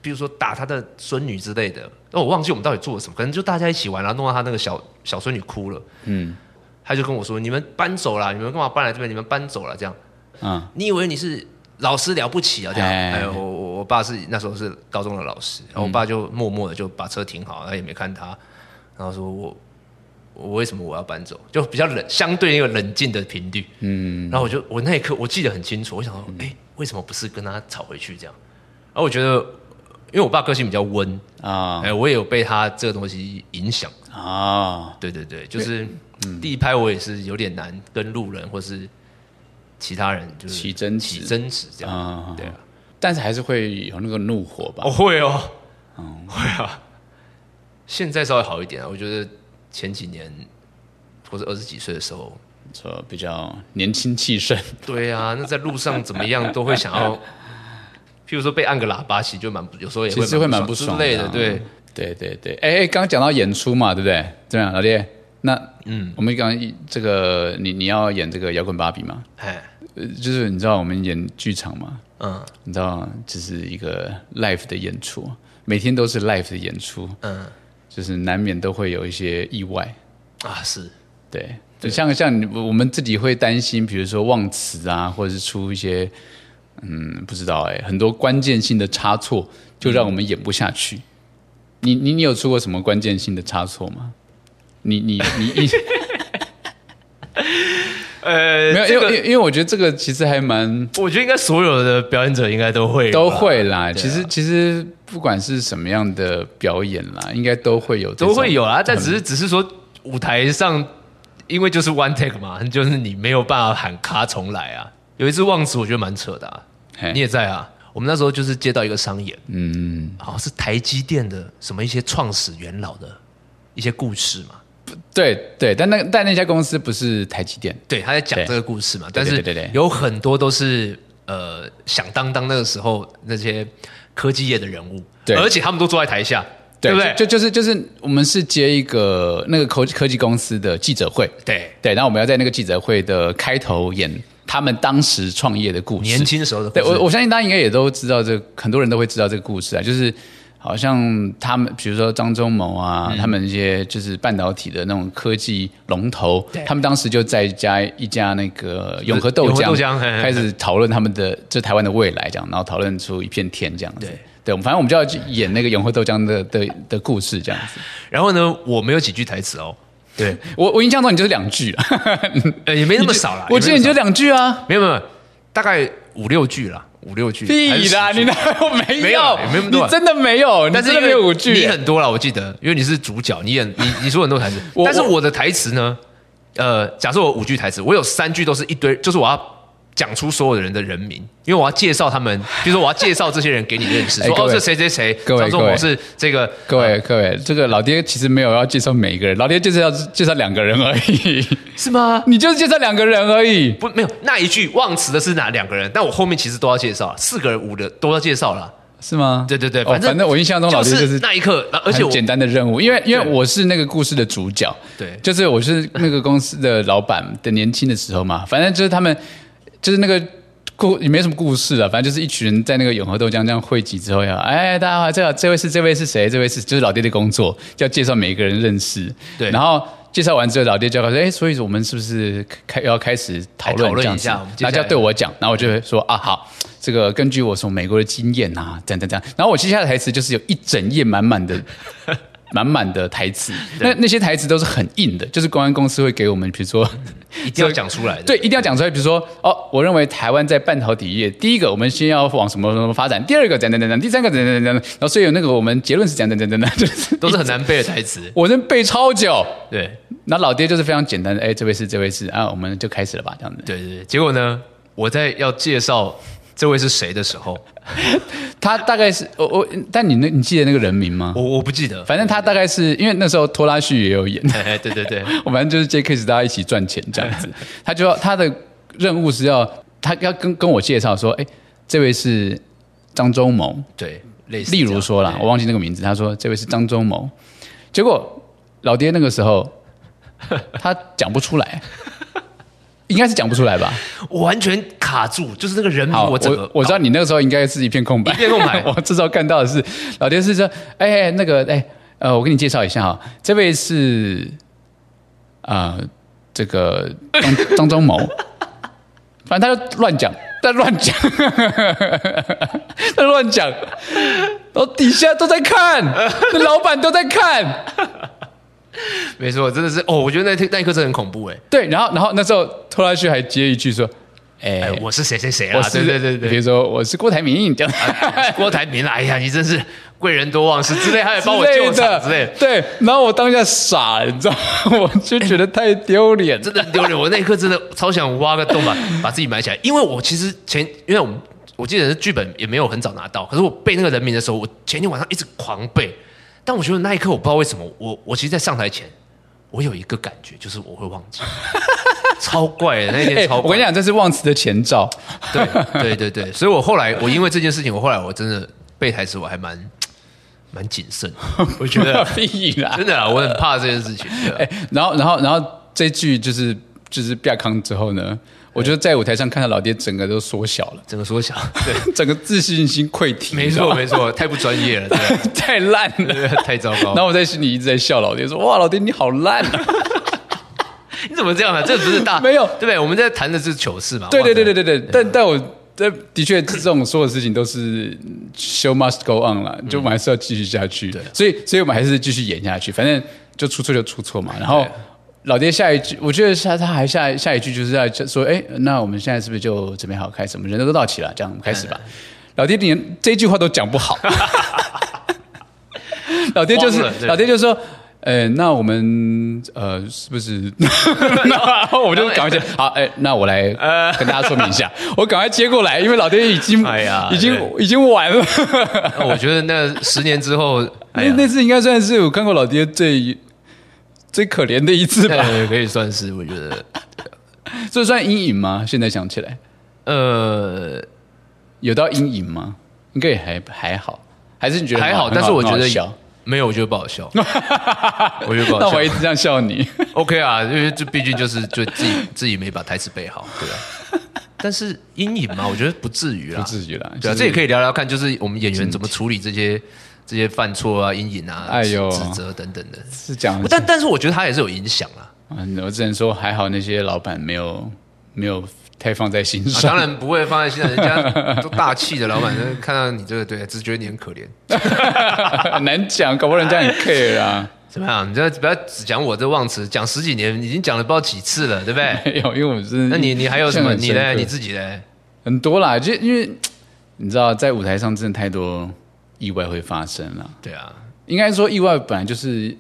A: 比如说打他的孙女之类的。那我忘记我们到底做了什么，可能就大家一起玩，然后弄到他那个小小孙女哭了。
B: 嗯，
A: 他就跟我说：“你们搬走了，你们干嘛搬来这边？你们搬走了，这样，
B: 嗯，
A: 你以为你是老师了不起啊，这样。
B: 哎嗯
A: 哎，我我我爸是那时候是高中的老师，然后我爸就默默的就把车停好，他也没看他，然后说我我为什么我要搬走？就比较冷，相对一个冷静的频率。嗯，然后我就我那一刻我记得很清楚，我想说，
B: 嗯
A: 哎、为什么不是跟他吵回去这样？然后我觉得，因为我爸个性比较温，哎、
B: 啊
A: 我也有被他这个东西影响。
B: 啊，
A: 对对对，就是
B: 嗯
A: 第一拍我也是有点难跟路人或是其他人就是
B: 起争执
A: 起争执这样。
B: 啊
A: 对啊，
B: 但是还是会有那个怒火吧
A: 哦？会哦，会啊。现在稍微好一点啊，我觉得前几年或者二十几岁的时候，
B: 说比较年轻气盛，
A: 对啊，那在路上怎么样都会想要， 譬如说被按个喇叭，其实就蛮不有时候也
B: 其实会蛮
A: 不
B: 不爽
A: 之类
B: 的
A: 的，
B: 啊
A: 对。
B: 对对对，哎哎，刚刚讲到演出嘛，对不对？怎么样，老爹？那嗯，我们刚刚一这个你你要演这个摇滚芭比嘛？
A: 哎，
B: 呃就是你知道我们演剧场嘛？
A: 嗯
B: 你知道这是一个 live 的演出，每天都是 live 的演出，
A: 嗯
B: 就是难免都会有一些意外。
A: 啊是，
B: 对，就像像你我们自己会担心，比如说忘词啊，或者是出一些嗯不知道哎、很多关键性的差错，就让我们演不下去。你你你有出过什么关键性的差错吗？你你你你
A: 呃
B: 没有，因为因为因为我觉得这个其实还蛮
A: 我觉得应该所有的表演者应该都会
B: 都会啦。其实其实不管是什么样的表演啦，应该都会有这
A: 都
B: 种
A: 会有啦，但
B: 嗯
A: 只是只是说舞台上，因为就是 one take 嘛，就是你没有办法喊咔重来啊。有一次忘词，我觉得蛮扯的、啊，
B: 嘿
A: 你也在啊。我们那时候就是接到一个商演，嗯，好像是台积电的什么一些创始元老的一些故事嘛，
B: 对对，但那但那家公司不是台积电，
A: 对，他在讲
B: 对
A: 这个故事嘛，
B: 对
A: 但是
B: 对对对对
A: 有很多都是呃响当当那个时候那些科技业的人物，
B: 对
A: 而且他们都坐在台下，对不对？
B: 就就就是就是我们是接一个那个科科技公司的记者会，
A: 对，
B: 对，然后我们要在那个记者会的开头演他们当时创业的故事。
A: 年轻的时候的故
B: 对
A: 事，
B: 我我相信大家应该也都知道这个，很多人都会知道这个故事啊，就是好像他们，比如说张忠谋啊，
A: 嗯
B: 他们一些就是半导体的那种科技龙头
A: 对，
B: 他们当时就在一家一家那个永和豆
A: 永和
B: 浆
A: 豆浆嘿嘿嘿
B: 开始讨论他们的就台湾的未来这样，然后讨论出一片天这样子。
A: 对
B: 对，我们反正我们就要去演那个永和豆浆的的的故事这样子。
A: 然后呢，我没有几句台词哦， 对，
B: 我我印象中你就是两句啊，
A: 呃，也没那么少啦。
B: 我记得你就
A: 得
B: 两句啊。
A: 没有没有，大概五六句啦，五六句。还是
B: 屁
A: 十
B: 啦！
A: 句
B: 你哪有没有？
A: 没有啦没那么多啊
B: 你真的没有，你
A: 但是
B: 真
A: 因
B: 的没
A: 为
B: 有五句。
A: 你很多啦，我记得，因为你是主角，你演你你说很多台词，
B: 我
A: 但是我的台词呢，呃，假设我五句台词，我有三句都是一堆，就是我要。讲出所有的人的人名，因为我要介绍他 们，比如说我要介绍这些人给你认识，
B: 哎
A: 说
B: 各
A: 哦，
B: 位
A: 这谁谁谁，
B: 各位
A: 张忠
B: 各
A: 谋
B: 位
A: 是这个
B: 各位各位，这个老爹其实没有要介绍每一个人，老爹就是要介绍两个人而已，
A: 是吗？
B: 你就是介绍两个人而已。
A: 不，没有那一句忘词的是哪两个人？但我后面其实都要介绍，四个人五的都要介绍了。
B: 是吗？
A: 对对对，
B: 哦
A: 反正、
B: 反正我印象中老爹就是
A: 是那一刻，然后而且
B: 很
A: 我
B: 简单的任务，因为因为
A: 对
B: 我是那个故事的主角，
A: 对
B: 就是我是那个公司的老板的年轻的时候嘛， 反正就是他们就是那个故也没什么故事了，反正就是一群人在那个永和豆浆这样汇集之后要，哎，大家好，这这位是这位是谁？这位是就是老爹的工作，要介绍每一个人认识，
A: 对
B: 然后。介绍完之后，老爹就要说：“哎，所以我们是不是开要开始讨
A: 来
B: 论
A: 讨论
B: 这样
A: 一
B: 子
A: 下我们？”接下
B: 然
A: 来
B: 后就对我讲，然后我就会说：“啊，好，这个根据我从美国的经验啊，这样这样这样。”然后我接下来的台词就是有一整页满满 的满满的台词，那那些台词都是很硬的，就是公安公司会给我们，比 如说，
A: 一定要讲出来的。
B: 对，一定要讲出来，比如说，哦，我认为台湾在半导体业，第一个我们先要往什么什么发展，第二个怎样怎样怎样，第三个怎样怎样怎样，然后所以有那个我们结论是怎样怎样怎样，就 是
A: 都是很难背的台词。
B: 我真背超久。
A: 对
B: 那老爹就是非常简单的，哎，这位是这位是啊，我们就开始了吧，这样子。
A: 对对对，结果呢，我在要介绍这位是谁的时候，
B: 他大概是我我，但你那你记得那个人名吗？
A: 我我不记得。
B: 反正他大概是因为那时候拖拉旭也有演，
A: 哎哎对对对，
B: 我反正就是接 case，大家一起赚钱这样子。他就要他的任务是要他要跟跟我介绍说，哎，这位是张忠谋，
A: 对，类似这
B: 例
A: 样。
B: 如说啦，
A: 对
B: 我忘记那个名字，他说这位是张忠谋，结果老爹那个时候他讲不出 来，应该是讲不出来吧？
A: 我完全卡住，就是那个人名嗯
B: 好，
A: 我
B: 我
A: 整个
B: 我知道你那个时候应该是一片空白，
A: 一片空白
B: 我至少看到的是老爹是说，哎、那个，哎、呃，我给你介绍一下哈，这位是啊、呃这个张张忠谋，反正他就乱讲，在乱讲，在乱讲，然后底下都在看，那老板都在看，
A: 没错，真的是哦，我觉得那那一刻真的很恐怖哎。
B: 对，然后然后那时候拖拉去还接一句说，哎、
A: 哎，我是谁谁谁
B: 我
A: 啊？
B: 是
A: 对对对
B: 比
A: 对，
B: 如说我是郭台铭这样，
A: 郭台铭啊，哎呀，你真是贵人多忘事之类，还有帮我
B: 之类
A: 救场
B: 的
A: 之类的，
B: 对，然后我当下傻了，你知道吗？我就觉得太丢脸，
A: 真的很丢脸。我那一刻真的超想挖个洞把 把自己埋起来，因为我其实前，因为我们我记得是剧本也没有很早拿到，可是我背那个人名的时候，我前一天晚上一直狂背，但我觉得那一刻我不知道为什么，我我其实，在上台前，我有一个感觉，就是我会忘记， 超怪的那一
B: 哎、
A: 天超怪。
B: 我跟你讲，这是忘词的前兆。
A: 对对对对，所以我后来我因为这件事情，我后来我真的背台词我还蛮蛮谨慎， 我觉得
B: 屁啦！
A: 真的啦，我很怕这件事情。对啊
B: 哎、然后然后然后这句就是就是亚康之后呢，我就在舞台上看到老爹整个都缩小了，
A: 整个缩小，对，
B: 整个自信心溃堤，
A: 没
B: 你知道
A: 错
B: 吗，
A: 没错，太不专业了，对啊，
B: 太烂了。
A: 对啊太糟糕
B: 然
A: 了。
B: 后我在心里一直在笑老爹，说：“哇，老爹你好烂、啊。
A: 你怎么这样啊？这不是大
B: 没有
A: 对不对？我们在谈的是糗事嘛？”
B: 对对对
A: 哇塞
B: 对对对，但但我这的确这种所有事情都是 show must go on 啦，就我们还是要继续下
A: 嗯
B: 去。所以所以我们还是继续演下去，反正就出错就出错嘛。然后
A: 对
B: 老爹下一句，我觉得下他还下下一句就是要说，哎，那我们现在是不是就准备好开始？我们人都到齐了，这样我们开始
A: 哎
B: 吧。老爹连这句话都讲 不好，老爹就是
A: 慌了对
B: 老爹就说。呃，那我们呃，是 不是？然后我就赶快讲，好，哎、那我来跟大家说明一下，我赶快接过来，因为老爹已经，
A: 呃哎呀
B: 已经
A: 对
B: 已经完了。
A: 那我觉得那十年之后，哎
B: 那
A: 呀，
B: 那次应该算是我看过老爹最最可怜的一次吧，
A: 呃可以算是我觉得，
B: 这算阴影吗？现在想起来，
A: 呃，
B: 有到阴影吗？应该也还还好，还是你觉得
A: 还好，
B: 很
A: 但是我觉
B: 很
A: 得
B: 好笑
A: 没有，我觉得不好 笑，我觉得不好
B: 那
A: 笑。
B: 我一直这样笑你，
A: OK 啊，因为这毕竟就是就自己自己没把台词背好，对啊。但是阴影嘛，我觉得不至于啦，
B: 不至于啦
A: 对
B: 就
A: 啊，
B: 是
A: 这也可以聊聊看，就是我们演员怎么处理这些这些犯错啊、阴影啊、
B: 哎呦
A: 指指责等等的。
B: 是这样子。
A: 但但是我觉得他也是有影响啊啦、
B: 嗯，我只能说还好那些老板没有没有太放在心
A: 啊
B: 上。
A: 当然不会放在心上，人家都大气的老板，看到你这个对，只觉得你很可怜。
B: 很难讲，搞不好人
A: 哎
B: 家很 care 啊。
A: 怎么样？你这不要只讲我这忘词，讲十几年，已经讲了不知道几次了，对不对？
B: 没有，因为我是
A: 那你你还有什么？你嘞？
B: 呢？
A: 你自己嘞？
B: 很多啦，就因为你知道，在舞台上真的太多意外会发生了。
A: 对啊，
B: 应该说，意外本来就是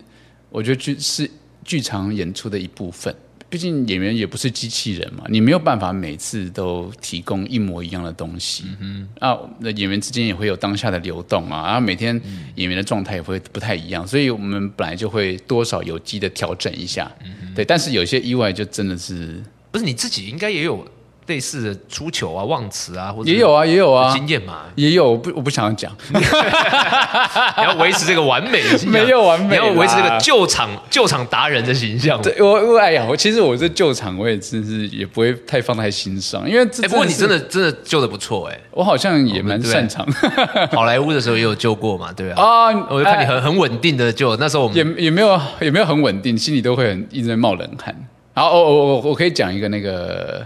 B: 我觉得剧是剧场演出的一部分。毕竟演员也不是机器人嘛，你没有办法每次都提供一模一样的东西。嗯啊，那演员之间也会有当下的流动啊，然后每天
A: 嗯
B: 演员的状态也会不太一样，所以我们本来就会多少有机的调整一下。
A: 嗯
B: 对，但是有些意外就真的是
A: 不是你自己应该也有类似的出糗啊、忘词啊，或者
B: 也有啊，也有啊，
A: 经验嘛？
B: 也有，我不我不 想讲。
A: 你要维持这个完美的 形象，
B: 没有完美
A: 你
B: 啦
A: 要维持这个救场救场达人的形象。
B: 对我，我哎呀，我其实我这救场，我也真是也不会太放在心上，因为这、
A: 哎，不过你真
B: 的
A: 的真的救的不错哎，
B: 是，我好像也蛮
A: 对
B: 擅长
A: 好莱坞的时候也有救过嘛，对 啊。
B: 啊。
A: 我就看你
B: 哎
A: 很很稳定的救，那时候我们
B: 也也没有也没有很稳定，心里都会很一直在冒冷汗。好，我我我我可以讲一个那个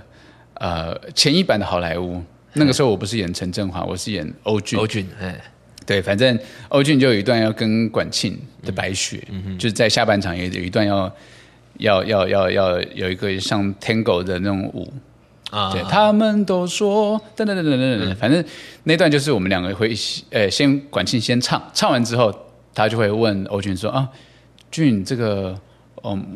B: 呃前一版的好莱坞，那个时候我不是演陈振华，我是演欧俊
A: 欧。俊，哎，
B: 对，反正欧俊就有一段要跟管庆的白雪，就是在下半场也有一段要要要要要有一个像 tango 的那种舞，
A: 啊嗯
B: 对，他们都说等等等等等等，反正那段就是我们两个会一起，呃，先管庆先唱，唱完之后，他就会问欧俊说啊，俊这个，嗯。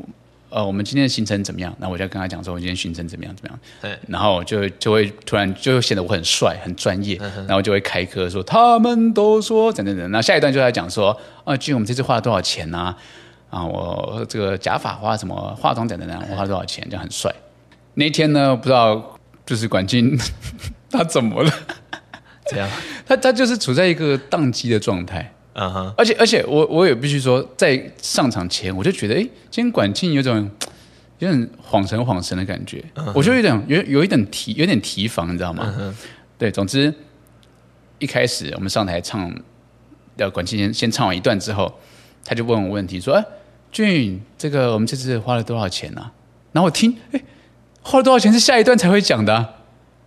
B: 呃，我们今天的行程怎么样？那我就跟他讲说，我今天行程怎么样，怎么样
A: 对？
B: 然后就就会突然就显得我很帅、很专业，
A: 嗯
B: 然后就会开歌说他们都说等等等。那下一段就在讲说，啊，俊，我们这次花了多少钱啊？啊，我这个假发花什么化妆等等
A: 嗯
B: 等，我花了多少钱？这样很帅。那一天呢，不知道就是管静 他怎么了？
A: 这样，
B: 他他就是处在一个宕机的状态，
A: 嗯哼，
B: 而且而且我我也必须说，在上场前我就觉得，哎，今天管静有种有点恍神恍神的感觉，我就有点有有一点提有点提防，你知道吗？对，总之一开始我们上台唱，呃，管庆先先唱完一段之后，他就问我问题，说：“哎、俊，这个我们这次花了多少钱啊？”然后我听，哎，花了多少钱是下一段才会讲的啊、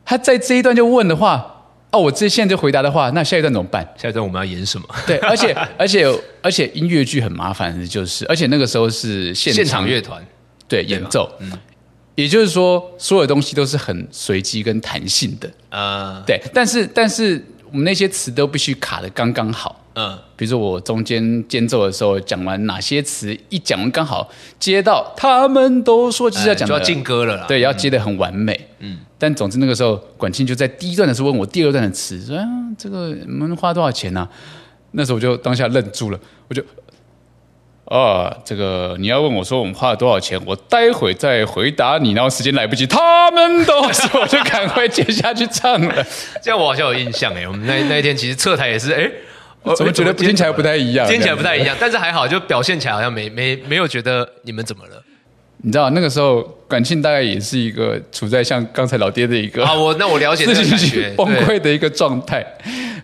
B: 他在这一段就问的话，哦，我这现在就回答的话，那下一段怎么办？
A: 下一段我们要演什么？
B: 对，而且而且而且音乐剧很麻烦的就是，而且那个时候是现
A: 现场乐团，对
B: 对
A: 吧嗯
B: 演奏，也就是说所有东西都是很随机跟弹性的，
A: 呃，
B: 对。但是但是我们那些词都必须卡的刚刚好，
A: 嗯，
B: 比如说我中间间奏的时候讲完哪些词，一讲完刚好接到他们都说就是要讲
A: 哎就
B: 的
A: 要进歌了啦。
B: 啊对，要接的很完美。嗯，但总之那个时候，管庆就在第一段的时候问我第二段的词，说、啊、这个你们花多少钱呢、那时候我就当下愣住了，我就。啊，这个你要问我说我们花了多少钱，我待会再回答你，然后时间来不及，他们都 说，我就赶快接下去唱了。
A: 这样我好像有印象哎，我们那那一天其实侧台也是哎，我
B: 怎么觉得听起来不太一样？
A: 听起来不
B: 一样。
A: 太一样，但是还好，就表现起来好像没没没有觉得你们怎么了
B: 你知道那个时候，管庆大概也是一个处在像刚才老爹的一个
A: 啊？我那我了解这
B: 自
A: 个
B: 己
A: 感
B: 去
A: 觉，
B: 崩
A: 对
B: 溃的一个状态。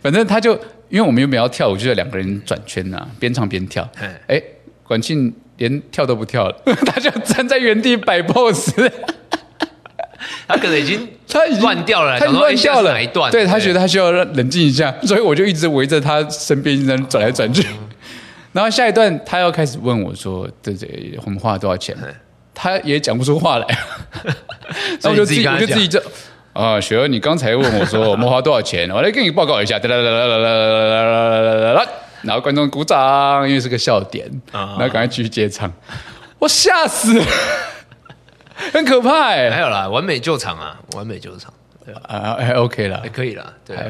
B: 反正他就因为我们原本要跳舞，就是两个人转圈啊，边唱边跳
A: 嘿。
B: 哎，管庆连跳都不跳了， 他就站在原地摆 pose，
A: 他可能已经
B: 他已经
A: 乱掉了，
B: 他已
A: 想
B: 经
A: 说哎现在
B: 乱掉了
A: 是哪一段？
B: 对他觉得他需要让冷静一下， 所以我就一直围着他身边一直在转来转去。 然后下一段他要开始问我说：“对对，我们花了多少钱？”
A: 嗯
B: 他也讲不 出话来，
A: 所
B: 然后我
A: 以你自
B: 就自
A: 己
B: 己
A: 跟他
B: 我就自己就啊，雪儿，你刚才问我说我 们花多少钱，我来给你报告一下，哒哒 哒哒哒哒哒哒哒，然后观众鼓掌，因为是个笑点，
A: 啊
B: 然后赶快继续接唱，我吓死了， 很可怕哎，
A: 还有啦，完美救场啊，完美救场，对吧？
B: 啊，还 OK 了
A: 还，可以啦，对啊，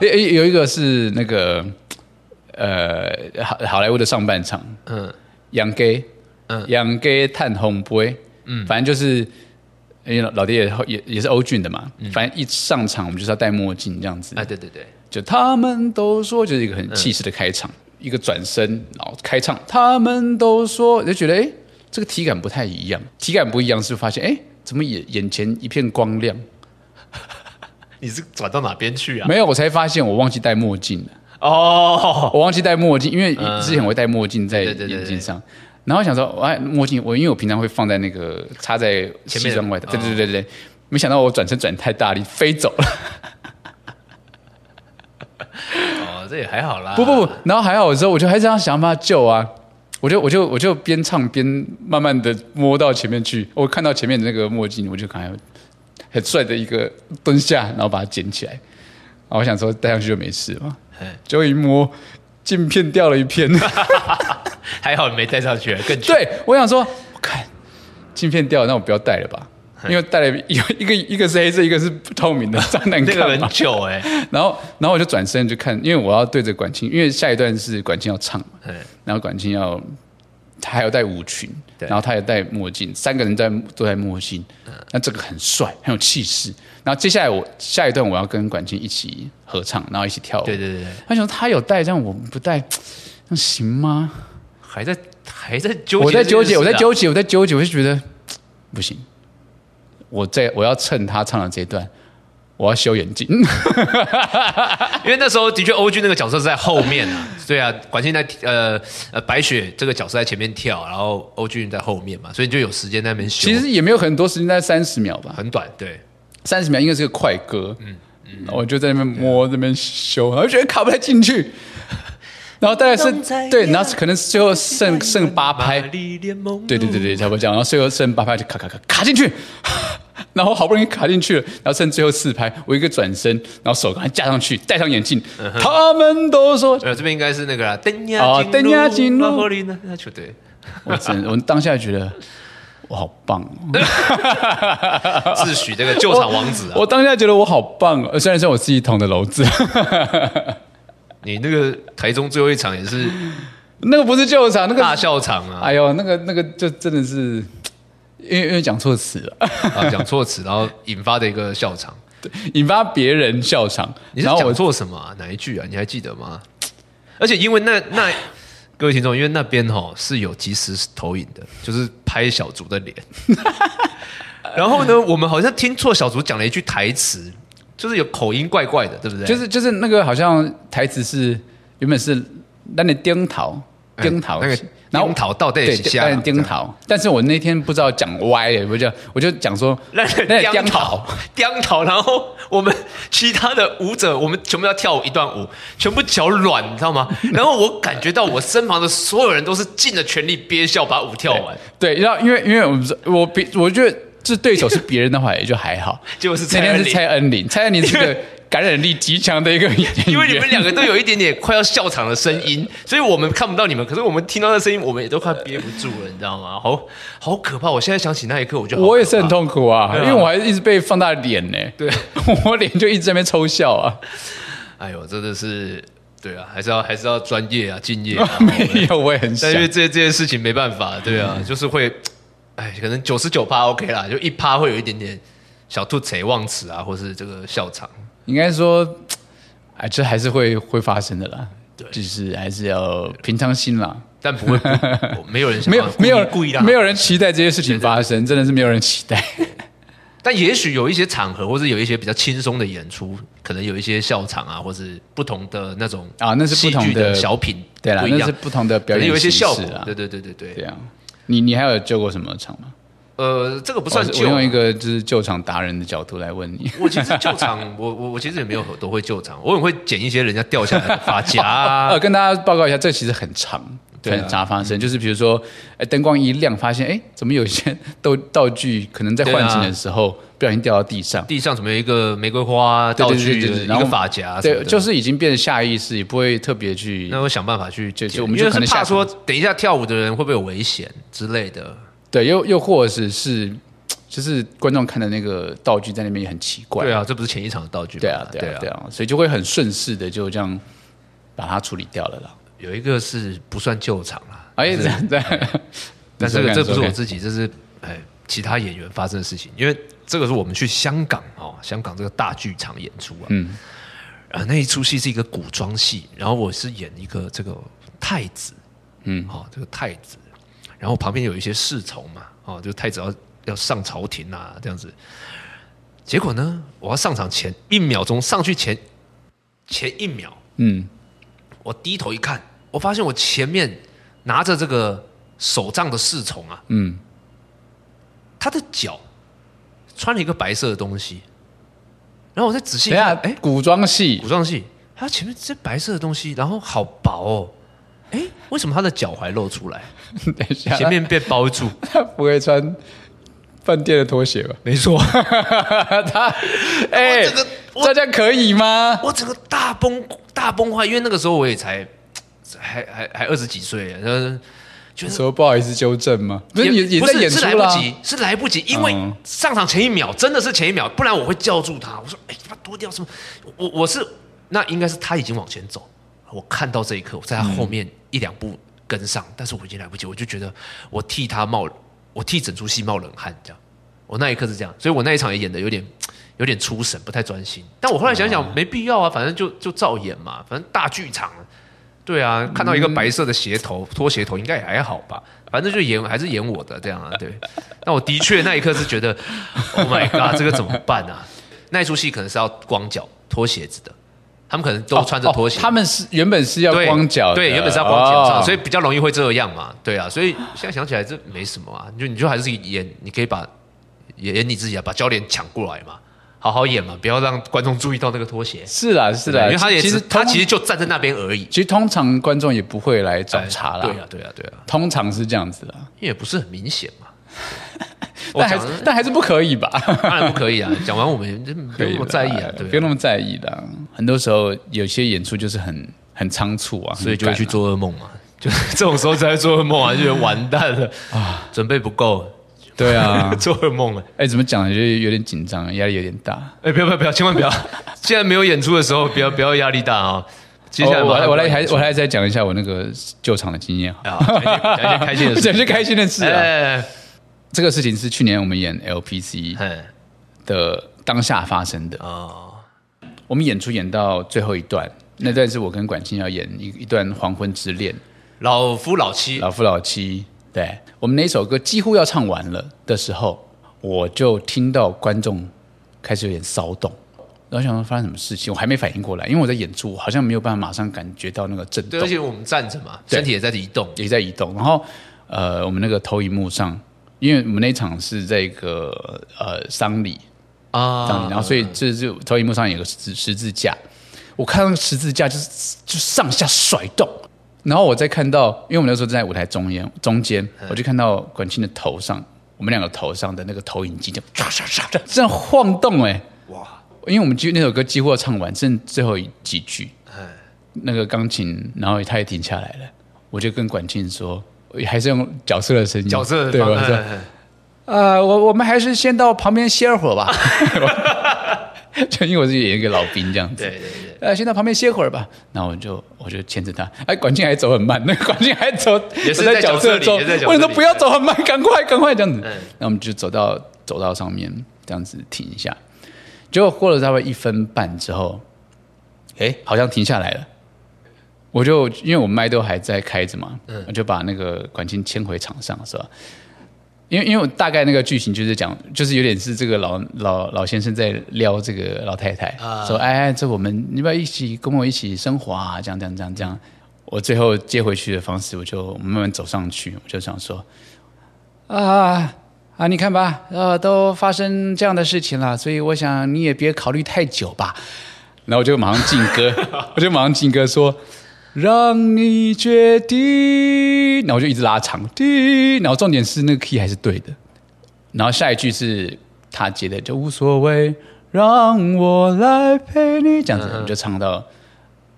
B: 有哎有一个是那个呃好好莱坞的上半场，
A: 嗯，
B: 养鸡，
A: 嗯
B: 嗯，养鸡探红杯，嗯，反正就是因为老老爹也也也是欧俊的嘛，反正一上场我们就是要戴墨镜这样子，
A: 啊，对对对，
B: 就他们都说就是一个很气势的开场，一个转身然后开唱，他们都说就觉得哎、诶这个体感不太一样，体感不一样是发现哎、诶怎么眼眼前一片光亮，
A: 你是转到哪边去啊？
B: 没有我才发现我忘记戴墨镜了。
A: 哦，
B: 我忘记戴墨镜，因为之前我会戴墨镜在
A: 嗯对对对对
B: 眼镜上，然后想说，哎，墨镜我因为我平常会放在那个插在西装外套，
A: 前
B: 对
A: 面
B: 对对对，对没想到我转身转太大力，飞走了。
A: 哦，这也还好啦，
B: 不不不，然后还好之后，我就还是要想办法救啊。我就我就我就边唱边慢慢的摸到前面去，我看到前面的那个墨镜，我就赶快很帅的一个蹲下，然后把它捡起来。然后我想说戴上去就没事嘛
A: 嘿，
B: 结果一摸镜片掉了一片。
A: 还好你没带上去，更绝
B: 对，我想说，我看镜片掉了，那我不要戴了吧，因为戴了有一个一个是黑色，一个是不透明的，这样难
A: 那个
B: 看嘛
A: 很。久 哎，
B: 然后，然后我就转身就看，因为我要对着管清，因为下一段是管清要唱嘛，
A: 嗯
B: 然后管清要他还要戴舞裙，
A: 对嗯
B: 然后他也戴墨镜，三个人在都戴墨镜，那这个很帅，很有气势。然后接下来我下一段我要跟管清一起合唱，然后一起跳舞。
A: 对对对对，
B: 他想说他有戴，但我不戴，那行吗？
A: 还在还在纠结，
B: 我在纠
A: 啊
B: 结，我在，纠结，我在纠结，我就觉得不行，我在我要趁他唱的这一段，我要修眼 睛。
A: 因为那时候的确欧军那个角色是在后面啊，对啊，管现在呃呃白雪这个角色在前面跳，然后欧军在后面嘛，所以你就有时间在那边修，
B: 其实也没有很多时间，在三十秒吧，
A: 很短，对，
B: 三十秒应该是个快歌。嗯啊我就在那边摸，这边修，然后觉得卡不太进去。然后大概是对，然后可能最后剩剩八拍，对对对对，差不多这样。然后最后剩八拍就卡卡卡卡进去， 然后好不容易卡进去了，然后剩最后四拍，我一个转身，然后手赶快架上去，戴上眼镜，他们都说，
A: 呃，这边应该是那个啦，灯
B: 哦
A: 呀
B: 灯呀进入
A: 马赫林呢，那球队
B: 我真我当下觉得我好棒哦，
A: 自诩这个救场王子啊，
B: 我当下觉得我好棒哦，虽然说我是一桶的篓子，
A: 你那个台中最后一场也是
B: 那个不是救场，那
A: 大
B: 个
A: 笑场啊，
B: 哎呦，那个那个就真的是。因为因为讲错词了，
A: 啊讲错词，然后引发的一个笑场。
B: 引发别人笑场。
A: 你是
B: 然后我
A: 讲错什么、啊？哪一句啊？你还记得吗？而且因为那那各位听众，因为那边哈、是有即时投影的，就是拍小竹 的脸。然后呢，我们好像听错小竹讲了一句台词，就是有口音怪怪的，对不对？
B: 就是就是那个好像台词是原本是那你颠桃
A: 哎
B: 颠桃
A: 那个
B: 然后
A: 颠倒到底
B: 对
A: 是啥
B: 当然颠桃，但是我那天不知道讲歪了，我就我就讲说
A: 那个
B: 颠
A: 颠
B: 桃
A: 桃，颠桃，然后我们其他的舞者，我们全部要跳舞一段舞，全部脚软，你知道吗？然后我感觉到我身旁的所有人都是尽了全力憋笑把舞跳完，
B: 对，然后因为因为我们我别我觉得这对手是别人的话也就还好，
A: 结果是
B: 那
A: 蔡
B: 天
A: 恩
B: 是
A: 林，
B: 蔡恩林，蔡恩林是
A: 因
B: 个
A: 为
B: 感染力极强的一个演员，
A: 因为你们两个都有一点点快要笑场的声音，所以我们看不到你们，可是我们听到那声音，我们也都快憋不住了，你知道吗？好好可怕！我现在想起那一刻，我就好
B: 我也
A: 可
B: 是很
A: 怕
B: 痛苦啊，
A: 对
B: 因
A: 啊
B: 为我还一直被放大脸呢、
A: 对，
B: 我脸就一直在那边抽笑啊。
A: 哎呦，真的是对啊，还是要还是要专业啊，敬业啊。
B: 没有，我也很想嗯
A: 但因。为这这件事情没办法，对啊，就是会，哎，可能九十九趴 OK 啦，就一趴会有一点点小吐贼忘词啊，或是这个笑场。
B: 应该说，哎，这还是会会发生的啦。
A: 对
B: 就是还是要平常心啦。
A: 但不 会，我没有人想
B: 没有
A: 啊要故意
B: 没有
A: 故意的，
B: 没有。人期待这些事情发生，真的是没有人期待。
A: 但也许有一些场合，或是有一些比较轻松的演出，可能有一些笑场啊，或是不同的那种
B: 啊那是不
A: 戏
B: 同的
A: 剧小品，
B: 对啦
A: 不，一
B: 那
A: 样
B: 是，不同的
A: 可
B: 表
A: 能
B: 演
A: 有一些效果
B: 形式啦。。
A: 对对对对对
B: 对，啊，你你还有救过什么场吗？
A: 呃，这个不
B: 不
A: 算
B: 哦我
A: 旧啊。
B: 用一个就是救场达人的角度来问你。
A: 我其实救场， 我我我其实也没有多会救场，我很会捡一些人家掉下来的发夹 啊
B: 呃，，跟大家报告一下，这其实很长，
A: 对啊
B: 很常发生。就是比如说，哎，灯光一亮，发现哎，怎么有一些道道具可能在
A: 对啊
B: 换景的时候不小心掉到地上，
A: 地上怎么有一个玫瑰花
B: 对
A: 道
B: 对
A: 具
B: 对对对，
A: 一
B: 然后
A: 个发夹什么
B: 对，
A: 的？
B: 就是已经变得下意识，也不会特别去
A: 那。我想办法去
B: 就
A: 捡，
B: 就我们
A: 因为
B: 就可能
A: 是怕
B: 下
A: 说等一下跳舞的人会不会有危险之类的。
B: 对，又又或者是就是观众看的那个道具在那边也很奇怪，
A: 对啊，这不是前一场的道具吗？
B: 对啊，对啊，对
A: 对
B: 啊，
A: 啊。
B: 所以就会很顺势的就这样把它处理掉了啦。
A: 有一个是不算救场啦，
B: 哎，这样这样，
A: 但这个
B: 你说看
A: 这不是
B: 你说
A: 我
B: 看
A: 自己，这是哎其他演员发生的事情，因为这个是我们去香港哦，香港这个大剧场演出啊，
B: 嗯
A: 啊，那一出戏是一个古装戏，然后我是演一个这个太子，
B: 嗯
A: 嗯，好、这个太子，然后旁边有一些侍从嘛，哦，就太子要要上朝廷啊，这样子。结果呢，我要上场前一秒钟，上去前前一秒，
B: 嗯，
A: 我低头一看，我发现我前面拿着这个手杖的侍从啊，
B: 嗯，
A: 他的脚穿了一个白色的东西，然后我再仔细
B: 等一下
A: 看，，哎，
B: 古装戏
A: 古装戏，它前面这白色的东西，然后好薄哦。哎，为什么他的脚踝露 出来？
B: 等一下，
A: 前面被包住，
B: 他 不会穿饭店的拖鞋吧？
A: 没错。
B: 他
A: 哦我
B: 哎，
A: 整个我
B: 大家可以吗？
A: 我整个大崩大崩坏，因为那个时候我也才还还还二十几岁，呃然后觉得
B: 说不好意思纠正吗？不是
A: 也
B: 也也
A: 不
B: 在
A: 是
B: 演
A: 是
B: 出
A: 来
B: 啦
A: 不，及，是来不及，因为
B: 嗯
A: 上场前一秒真的是前一秒，不然我会叫住他，我说：“哎，他妈多掉什么？”我我是那应该是他已经往前走，我看到这一刻，我在他后面一两步跟上，但是我已经来不及，我就觉得我替他冒，我替整出戏冒冷汗，这样，我那一刻是这样，所以我那一场也演的有点。有点出神，不太专心。但我后来想
B: 嗯
A: 想，没必要啊，反正就就照演嘛，反正大剧场，对啊，看到
B: 嗯
A: 一个白色的鞋头、拖鞋头，应该也还好吧。反正就演还是演我的这样啊，对。 但我的确那一刻是觉得，Oh my god，这个怎么办啊？那一出戏可能是要光脚脱鞋子的，他们可能都穿着拖鞋，
B: 哦他们是原本是要
A: 对
B: 光脚的，
A: 对，原本是要光脚上，
B: 哦
A: 所以比较容易会这样嘛，对啊。所以现在想起来这没什么啊，就你就还是演，你可以把演演你自己啊，把焦点抢过来嘛，好好演嘛，不要让观众注意到那个拖鞋，
B: 是啦是啦，
A: 因为他也
B: 其实
A: 只他其
B: 实
A: 实就站在那边而已。
B: 其实通常观众也不会来找茬啦，
A: 对啊，对啊，对啊。
B: 通常是这样子啦，
A: 因为也不是很明显 嘛。我
B: 但还
A: 讲
B: 是
A: 的
B: 但还是不可以吧？
A: 当然不可以啊， 讲完我们就不
B: 可以
A: 用那么在意啊
B: 啦，不
A: 对
B: 用
A: 啊，
B: 那么在意啦。很多时候有些演出就是很很仓促啊，
A: 所以就会去
B: 很赶啊
A: 做噩梦嘛。 就是这种时候才会做噩梦啊，就觉得完蛋了啊，准备不够，，
B: 对啊
A: 做噩梦了。
B: 哎，怎么讲呢就有点紧张，压力有点大。
A: 哎，不要不要不要，千万 不要！现在没有演出的时候，不要不要压力大啊。接下来
B: 哦我
A: 马
B: 来
A: 上
B: 我来还
A: 演出
B: 我来再讲一下我那个救场的经验好了，
A: 啊，讲一些讲一些开心的事
B: 讲一些开心的事啊。
A: 哎
B: 这个事情是去年我们演 LPC
A: 哎
B: 的当下发生的。
A: 哦，
B: 我们演出演到最后一段，那段是我跟管清要演一一段黄昏之恋，
A: 老夫老妻
B: 老夫老妻。对我们那首歌几乎要唱完了的时候，我就听到观众开始有点骚动，然后想说发生什么事情，我还没反应过来，因为我在演出，我好像没有办法马上感觉到那个震
A: 对，而，
B: 动
A: 且我们站着嘛，
B: 对
A: 身体也在移动，
B: 也在移动。然后呃，我们那个投影幕上，因为我们那一场是在一个呃丧礼，
A: 啊
B: 当然后所以这就投影幕上有个十十字架，我看到那个十字架就是就上下甩动，然后我再看到，因为我们那时候在舞台中间中间，
A: 嗯
B: 我就看到管清的头上，我们两个头上的那个投影机就唰唰唰
A: 嗯
B: 唰这样晃动哎、
A: 哇，
B: 因为我们几乎那首歌几乎要唱完，剩最后几句，
A: 哎，
B: 那个钢琴，然后他也停下来了，我就跟管清说，还是用角色的声音，
A: 角色
B: 嗯对
A: 方
B: 我说
A: 哎哎
B: 呃，我我们还是先到旁边歇会儿吧。 就因为我是演一个老兵这样子，
A: 对对对，
B: 呃，先到旁边歇会儿吧。然后我就我就牵着他，哎，管庆还走很慢，那 个管庆还走
A: 也是
B: 走
A: 在角色
B: 色
A: 里
B: 中，
A: 也是在角色
B: 我就说
A: 里
B: 不要走很慢， 赶快赶快这样子。
A: 嗯
B: 那我们就走到走到上面这样子停一下，结果过了大概一分半之后，哎，好像停下来了。我就因为我麦都还在开着嘛，
A: 嗯
B: 我就把那个管清牵回场上，是吧？因为因为我大概那个剧情就是讲，就是有点是这个老老老先生在撩这个老太太，
A: 啊
B: 说哎哎，这我们你要不要一起跟我一起生活啊？这样这样这样这样。我最后接回去的方式，我就慢慢走上去，我就想说啊啊，你看吧，呃，都发生这样的事情了，所以我想你也别考虑太久吧。然后我就马上进歌， 我就马上进歌说。让你决定，然后我就一直拉长，滴，然后重点是那个 key 还是对的，然后下一句是他接的，就无所谓，让我来陪你，这样子我们就唱到，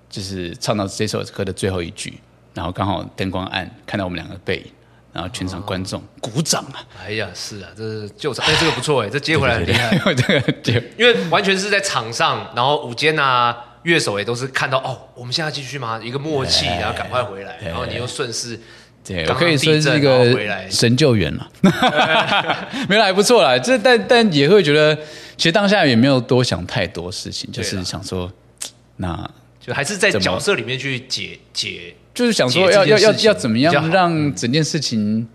B: 就是唱到这首歌的最后一句，然后刚好灯光暗，看到我们两个背影，然后全场观众鼓掌啊，
A: 哎呀，是啊，这是救场，哎，这个不错哎，这接回来很厉 害，
B: 我这个就
A: 因为完全是在场上，然后舞间啊，乐手也都是看到哦，我们现在继续吗？一个默契，
B: 哎
A: 然后赶快回来，然后你又顺势，
B: 对，我
A: 刚
B: 可
A: 刚
B: 以
A: 地
B: 说是
A: 震
B: 一
A: 然后
B: 个
A: 回来
B: 神救 援了， 没有啦还不错啦。这但但也会觉得，其实当下也没有多想太多事情，就
A: 对
B: 是
A: 啦
B: 想说，那
A: 就还是在
B: 怎么
A: 角色里面去解解，
B: 就是想
A: 解
B: 说
A: 这
B: 要
A: 件
B: 要要
A: 事情
B: 要怎么
A: 比较好
B: 样让整件事情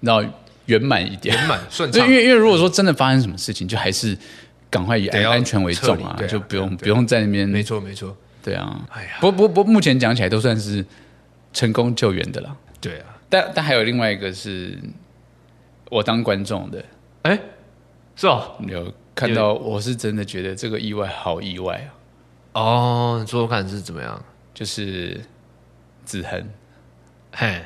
B: 然后圆满一点，
A: 圆满顺
B: 对，
A: 畅
B: 哎因为因为如果说真的发生什么事情，就还是赶快以
A: 得
B: 安
A: 要
B: 安全为
A: 撤
B: 重
A: 离
B: 啊
A: 对，啊
B: 就不
A: 对
B: 用
A: 啊
B: 不用在那边
A: 没错没错，
B: 对啊。
A: 哎呀
B: 不不不，目前讲起来都算是成功救援的啦。
A: 对啊，
B: 但但还有另外一个是我当观众的，
A: 哎，是哦，
B: 有看到我是真的觉得这个意外好意外啊，
A: 哦，你说说看是怎么样？
B: 就是子恒，
A: 嘿，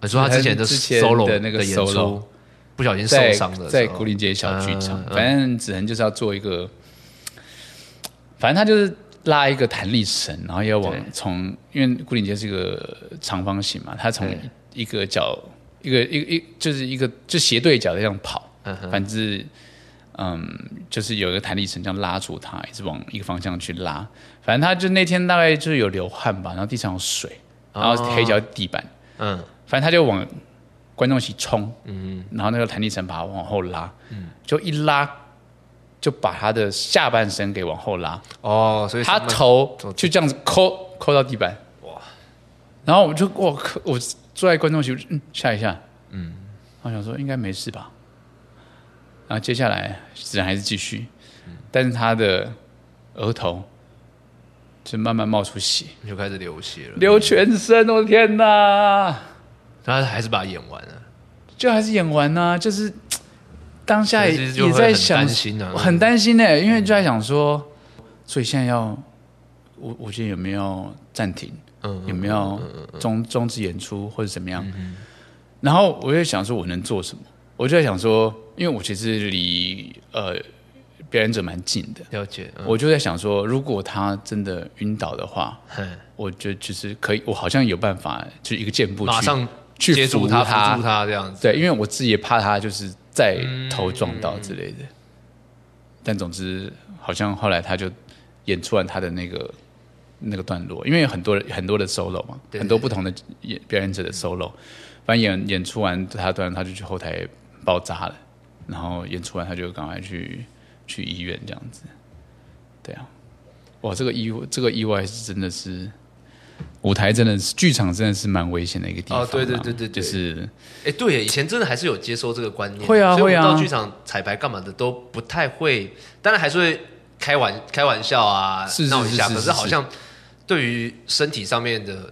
A: 你说他之前的
B: 之前
A: solo
B: 的那个
A: 演
B: solo
A: 出，不小心受
B: 在
A: 伤的时候，
B: 在古岭街小剧场，
A: 嗯嗯
B: 反正子恒就是要做一个，反正他就是拉一个弹力绳，然后要往
A: 对
B: 从，因为古岭街是一个长方形嘛，他从
A: 对
B: 一个角一个一个一就是一个就斜对角这样跑，
A: 嗯哼
B: 反正嗯，就是有一个弹力绳这样拉住他，一直往一个方向去拉。反正他就那天大概就是有流汗吧，然后地上有水，然后
A: 哦
B: 黑脚地板，
A: 嗯，
B: 反正他就往观众席冲，嗯，然后那个弹力绳把他往后拉，嗯，就一拉就把他的下半身给往后拉，
A: 哦，所以
B: 他
A: 上半
B: 头
A: 走
B: 就这样子抠抠到地板，哇！然后我就我靠，我坐在观众席，我就嗯，吓一下，嗯，我想说应该没事吧。然后接下来自然还是继续，但是他的额头就慢慢冒出血，
A: 就开始流血了，
B: 流全身，我的天哪！
A: 他还是把它演完了。
B: 就还是演完呢、就是嘖当下也
A: 其实就会
B: 也在想，
A: 很担心啊
B: 我很担心呢、因为就在想说，所以现在要我我觉得有没有暂停，
A: 嗯
B: 有没有终终止演出或者怎么样？然后我就想说，我能做什么？我就在想说，因为我其实离呃表演者蛮近的，
A: 了解，嗯，
B: 我就在想说，如果他真的晕倒的话，
A: 嘿
B: 我就就是可以，我好像有办法，就一个箭步去
A: 马上
B: 去
A: 接住
B: 扶
A: 他，
B: 他
A: 扶住他这样子。
B: 对，因为我自己也怕他就是再头撞到之类的。
A: 嗯
B: 但总之，好像后来他就演出完他的那个那个段落，因为有很多很多的 solo 嘛，
A: 对
B: 很多不同的演表演者的 solo，反正演演出完他的段落，他就去后台包扎了，然后演出完他就赶快去去医院这样子。对啊，哇，这个意这个意外是真的是。舞台真的是，剧场真的是蛮危险的一个地方
A: 哦
B: 啊。
A: 对对对对对
B: 就是
A: 哎，对耶，以前真的还是有接收这个观念，
B: 会啊
A: 所以我
B: 会啊
A: 到剧场彩排干嘛的都不太会，当然还是会开玩开玩笑啊
B: 是，是
A: 闹一下，
B: 是是
A: 可
B: 是
A: 是好像对于身体上面的，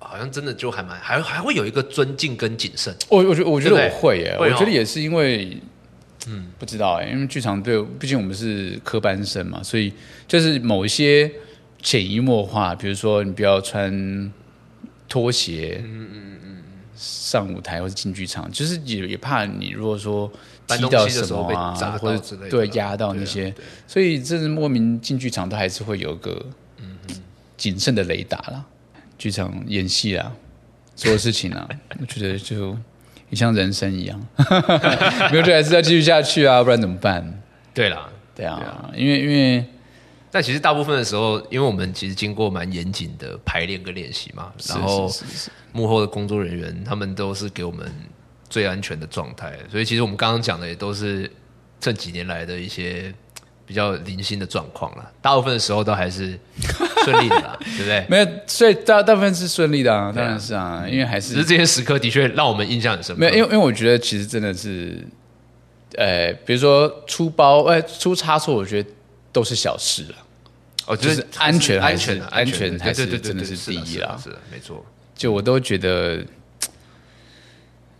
A: 好像真的就还蛮还还会有一个尊敬跟谨慎。
B: 我我觉得我觉得
A: 对
B: 我
A: 不对
B: 会耶，
A: 会哦
B: 我觉得也是因为，嗯，不知道哎，因为剧场对，毕竟我们是科班生嘛，所以就是某一些潜移默化，比如说你不要穿拖鞋，嗯嗯嗯，上舞台或者进剧场，就是也也怕你如果说
A: 搬
B: 踢
A: 东
B: 到
A: 西的
B: 什
A: 时
B: 么
A: 候被
B: 啊
A: 砸，到
B: 或
A: 之
B: 者
A: 类的
B: 对压到
A: 对啊
B: 那些
A: 对，
B: 所以这是莫名进剧场，都还是会有一个谨慎的雷达啦。剧场演戏啊，所有事情 啊，我觉得就也像人生一样， 没有就还是要继续下去啊，不然怎么办？
A: 对啦，
B: 对啊，因为因为
A: 但其实大部分的时候，因为我们其实经过蛮严谨的排练跟练习嘛，
B: 是
A: 然后
B: 是是是
A: 幕后的工作人员他们都是给我们最安全的状态，所以其实我们刚刚讲的也都是这几年来的一些比较零星的状况啦，大部分的时候都还 是顺利的啦，对不对？
B: 没有，所以大大部分是顺利的啊，当然是啊，因为还
A: 只是
B: 是
A: 这些时刻的确让我们印象很深刻。
B: 没有，因为因为我觉得其实真的是，呃，比如说出包，呃，出差错，我觉得都是小事了。
A: 哦，
B: 就是
A: 是
B: 安全还
A: 安
B: 是
A: 全的，
B: 安全
A: 的
B: 还是
A: 对对对
B: 真的
A: 对
B: 是第一
A: 是
B: 啦
A: 啦，是的，没错。
B: 就我都觉得，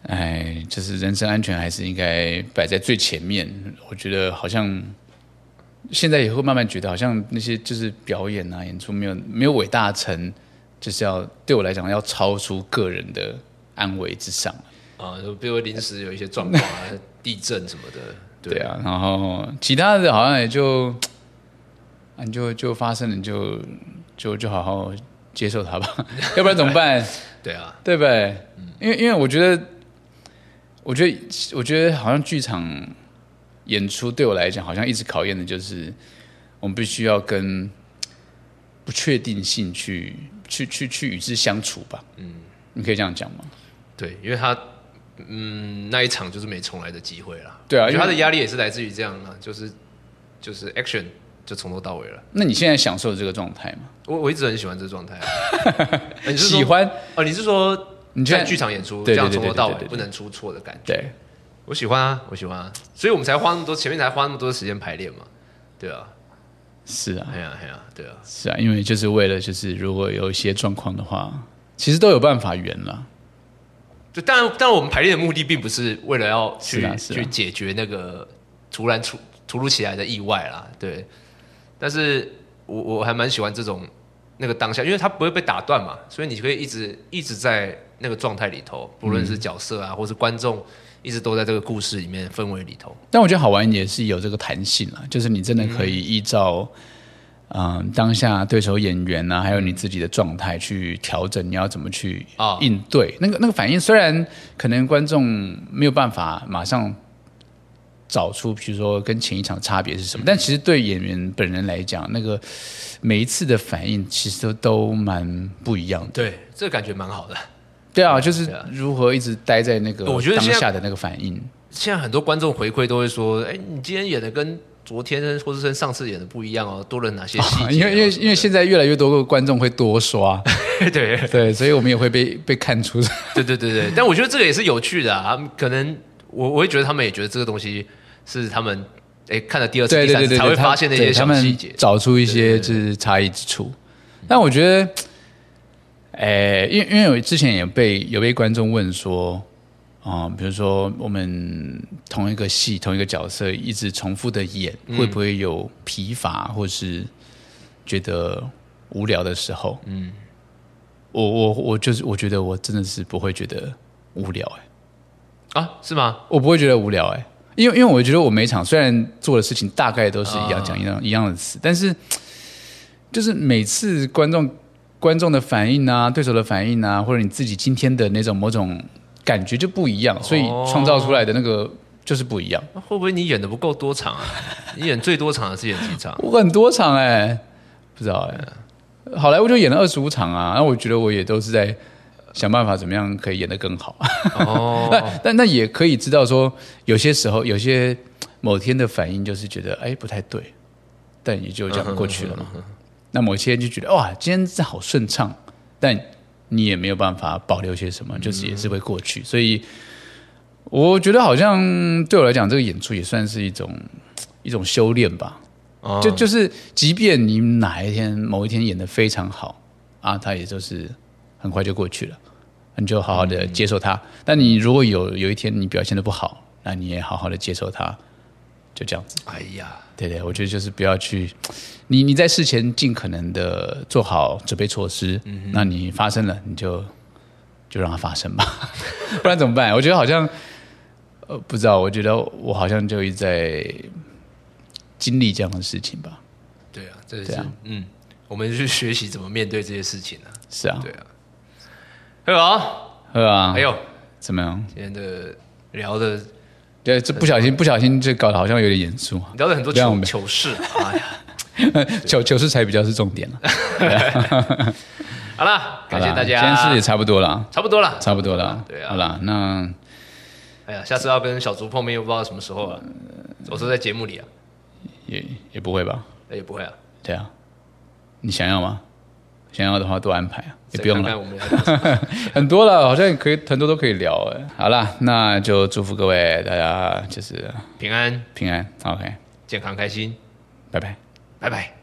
B: 哎，就是人身安全还是应该摆在最前面。我觉得好像现在也会慢慢觉得，好像那些就是表演啊、演出没有没有伟大成，就是要对我来讲要超出个人的安危之上。
A: 啊，就比如临时有一些状况啊，地震什么的，
B: 对啊，然后其他的好像也就，啊，你就就发生了，你就就就好好接受它吧， 要不然怎么 办？
A: 对啊，
B: 对呗，因为因为我觉得，我觉得我觉得好像剧场演出对我来讲，好像一直考验的就是我们必须要跟不确定性去去去去与之相处吧。嗯，你可以这样讲吗？
A: 对，因为他嗯那一场就是没重来的机会啦。
B: 对啊
A: 我觉
B: 因
A: 得
B: 为
A: 他的压力也是来自于这样啊，就是就是 action 就从头到尾了。
B: 那你现在享受这个状态吗？
A: 我我一直很喜欢这状态、 啊，啊你是说
B: 喜欢
A: 哦？你是说
B: 你现
A: 在
B: 在
A: 剧场演出
B: 对
A: 这
B: 对
A: 样
B: 对
A: 从头
B: 对
A: 到
B: 对
A: 尾
B: 对对
A: 不能出错的感觉？
B: 对
A: 我喜欢啊，我喜欢啊，所以我们才花那么多前面才花那么多时间排练嘛。对啊，
B: 是啊
A: 哎呀哎呀，对啊，
B: 是啊，因为就是为了就是如果有一些状况的话，其实都有办法圆了。
A: 就当然，当然我们排练的目的并不是为了要去
B: 是啊是啊
A: 去解决那个突然出突如其来的意外啦，对。但是我我还蛮喜欢这种那个当下，因为它不会被打断嘛，所以你可以一直一直在那个状态里头，不论
B: 嗯
A: 是角色啊，或是观众，一直都在这个故事里面氛围里头。
B: 但我觉得好玩也是有这个弹性啦，就是你真的可以依照嗯、呃当下对手演员啊，还有你自己的状态去调整，你要怎么去
A: 啊
B: 应对、那个那个反应。虽然可能观众没有办法马上找出，比如说跟前一场差别是什么，但其实对演员本人来讲，那个每一次的反应其实都都蛮不一样的。
A: 对，这个感觉蛮好的。
B: 对啊，就是
A: 对啊
B: 如何一直待在那个
A: 我觉得
B: 当
A: 现在
B: 下的那个反应。
A: 现在很多观众回馈都会说：“哎，你今天演的跟昨天或是跟上次演的不一样哦，多了哪些细节 哦、
B: 因为因为因为现在越来越多个观众会多刷，
A: 为 对，
B: 对，所以我们也会被被看出。
A: 对对对对，但我觉得这个也是有趣的啊。可能我我会觉得他们也觉得这个东西是他们哎看了第二次、
B: 对
A: 第
B: 对
A: 三
B: 对
A: 次
B: 对，
A: 才会发现的
B: 那
A: 一些
B: 他
A: 小细
B: 们
A: 节。
B: 找出一些就是差异之处。但我觉得，诶，因为因为我之前也被有被观众问说，啊、比如说我们同一个戏同一个角色一直重复的演，
A: 嗯
B: 会不会有疲乏或是觉得无聊的时候？嗯，我我我就是我觉得我真的是不会觉得无聊、欸，
A: 啊，是吗？
B: 我不会觉得无聊哎、因为因为我觉得我每场虽然做的事情大概都是一样，讲一样一样的词，但是就是每次观众观众的反应啊，对手的反应啊，或者你自己今天的那种某种感觉就不一样，所以创造出来的那个就是不一样。
A: 啊会不会你演的不够多场啊？ 你演最多场的是演几 场？
B: 我很多场哎、不知道哎、好莱坞就演了二十五场啊，那我觉得我也都是在想办法怎么样可以演得更好。
A: 哦，
B: 那但那也可以知道说，有些时候有些某天的反应就是觉得哎不太对，但也就这样过去了嘛。那某些人就觉得哇，今天这好顺畅，但你也没有办法保留些什么，就是也是会过去。所以我觉得好像对我来讲，这个演出也算是一种一种修炼吧。
A: 哦
B: 就就是，即便你哪一天某一天演的非常好啊，它也就是很快就过去了，你就好好的接受它。但你如果有有一天你表现的不好，那你也好好的接受它，就这样子。
A: 哎呀，
B: 对对，我觉得就是不要去，你你在事前尽可能的做好准备措施，那你发生了你就就让它发生吧， 不然怎么办？我觉得好像呃不知道，我觉得我好像就一直在经历这样的事情吧。
A: 对啊，这是、
B: 对啊
A: 嗯，我们去学习怎么面对这些事情啊。
B: 是啊，
A: 对啊，哎很好，
B: 对啊，
A: 还有
B: 怎么样？
A: 今天的聊的
B: 对，这不小心不小心就搞得好像有点严肃啊，
A: 聊的很多
B: 让我
A: 糗
B: 们
A: 糗事啊，哎呀，
B: 糗糗事才比较是重点 了。
A: 好啦，感谢
B: 好
A: 大
B: 啦
A: 家，
B: 今天是也差不多了啊，
A: 差不多了，
B: 差不多了啊。
A: 对啊
B: 好啦，那
A: 哎呀，下次要跟小竹碰面，又不知道什么时候了。我说在节目里啊，
B: 也也不会吧？
A: 那也不会啊，
B: 对啊，你想要吗？想要的话多安排啊，也不用
A: 再看看
B: 了，
A: 我们要聊什么
B: 很多了，好像也可以，很多都可以聊哎。好啦，那就祝福各位大家就是
A: 平安、
B: 平安，OK，
A: 健康、开心，
B: 拜拜。
A: 拜拜。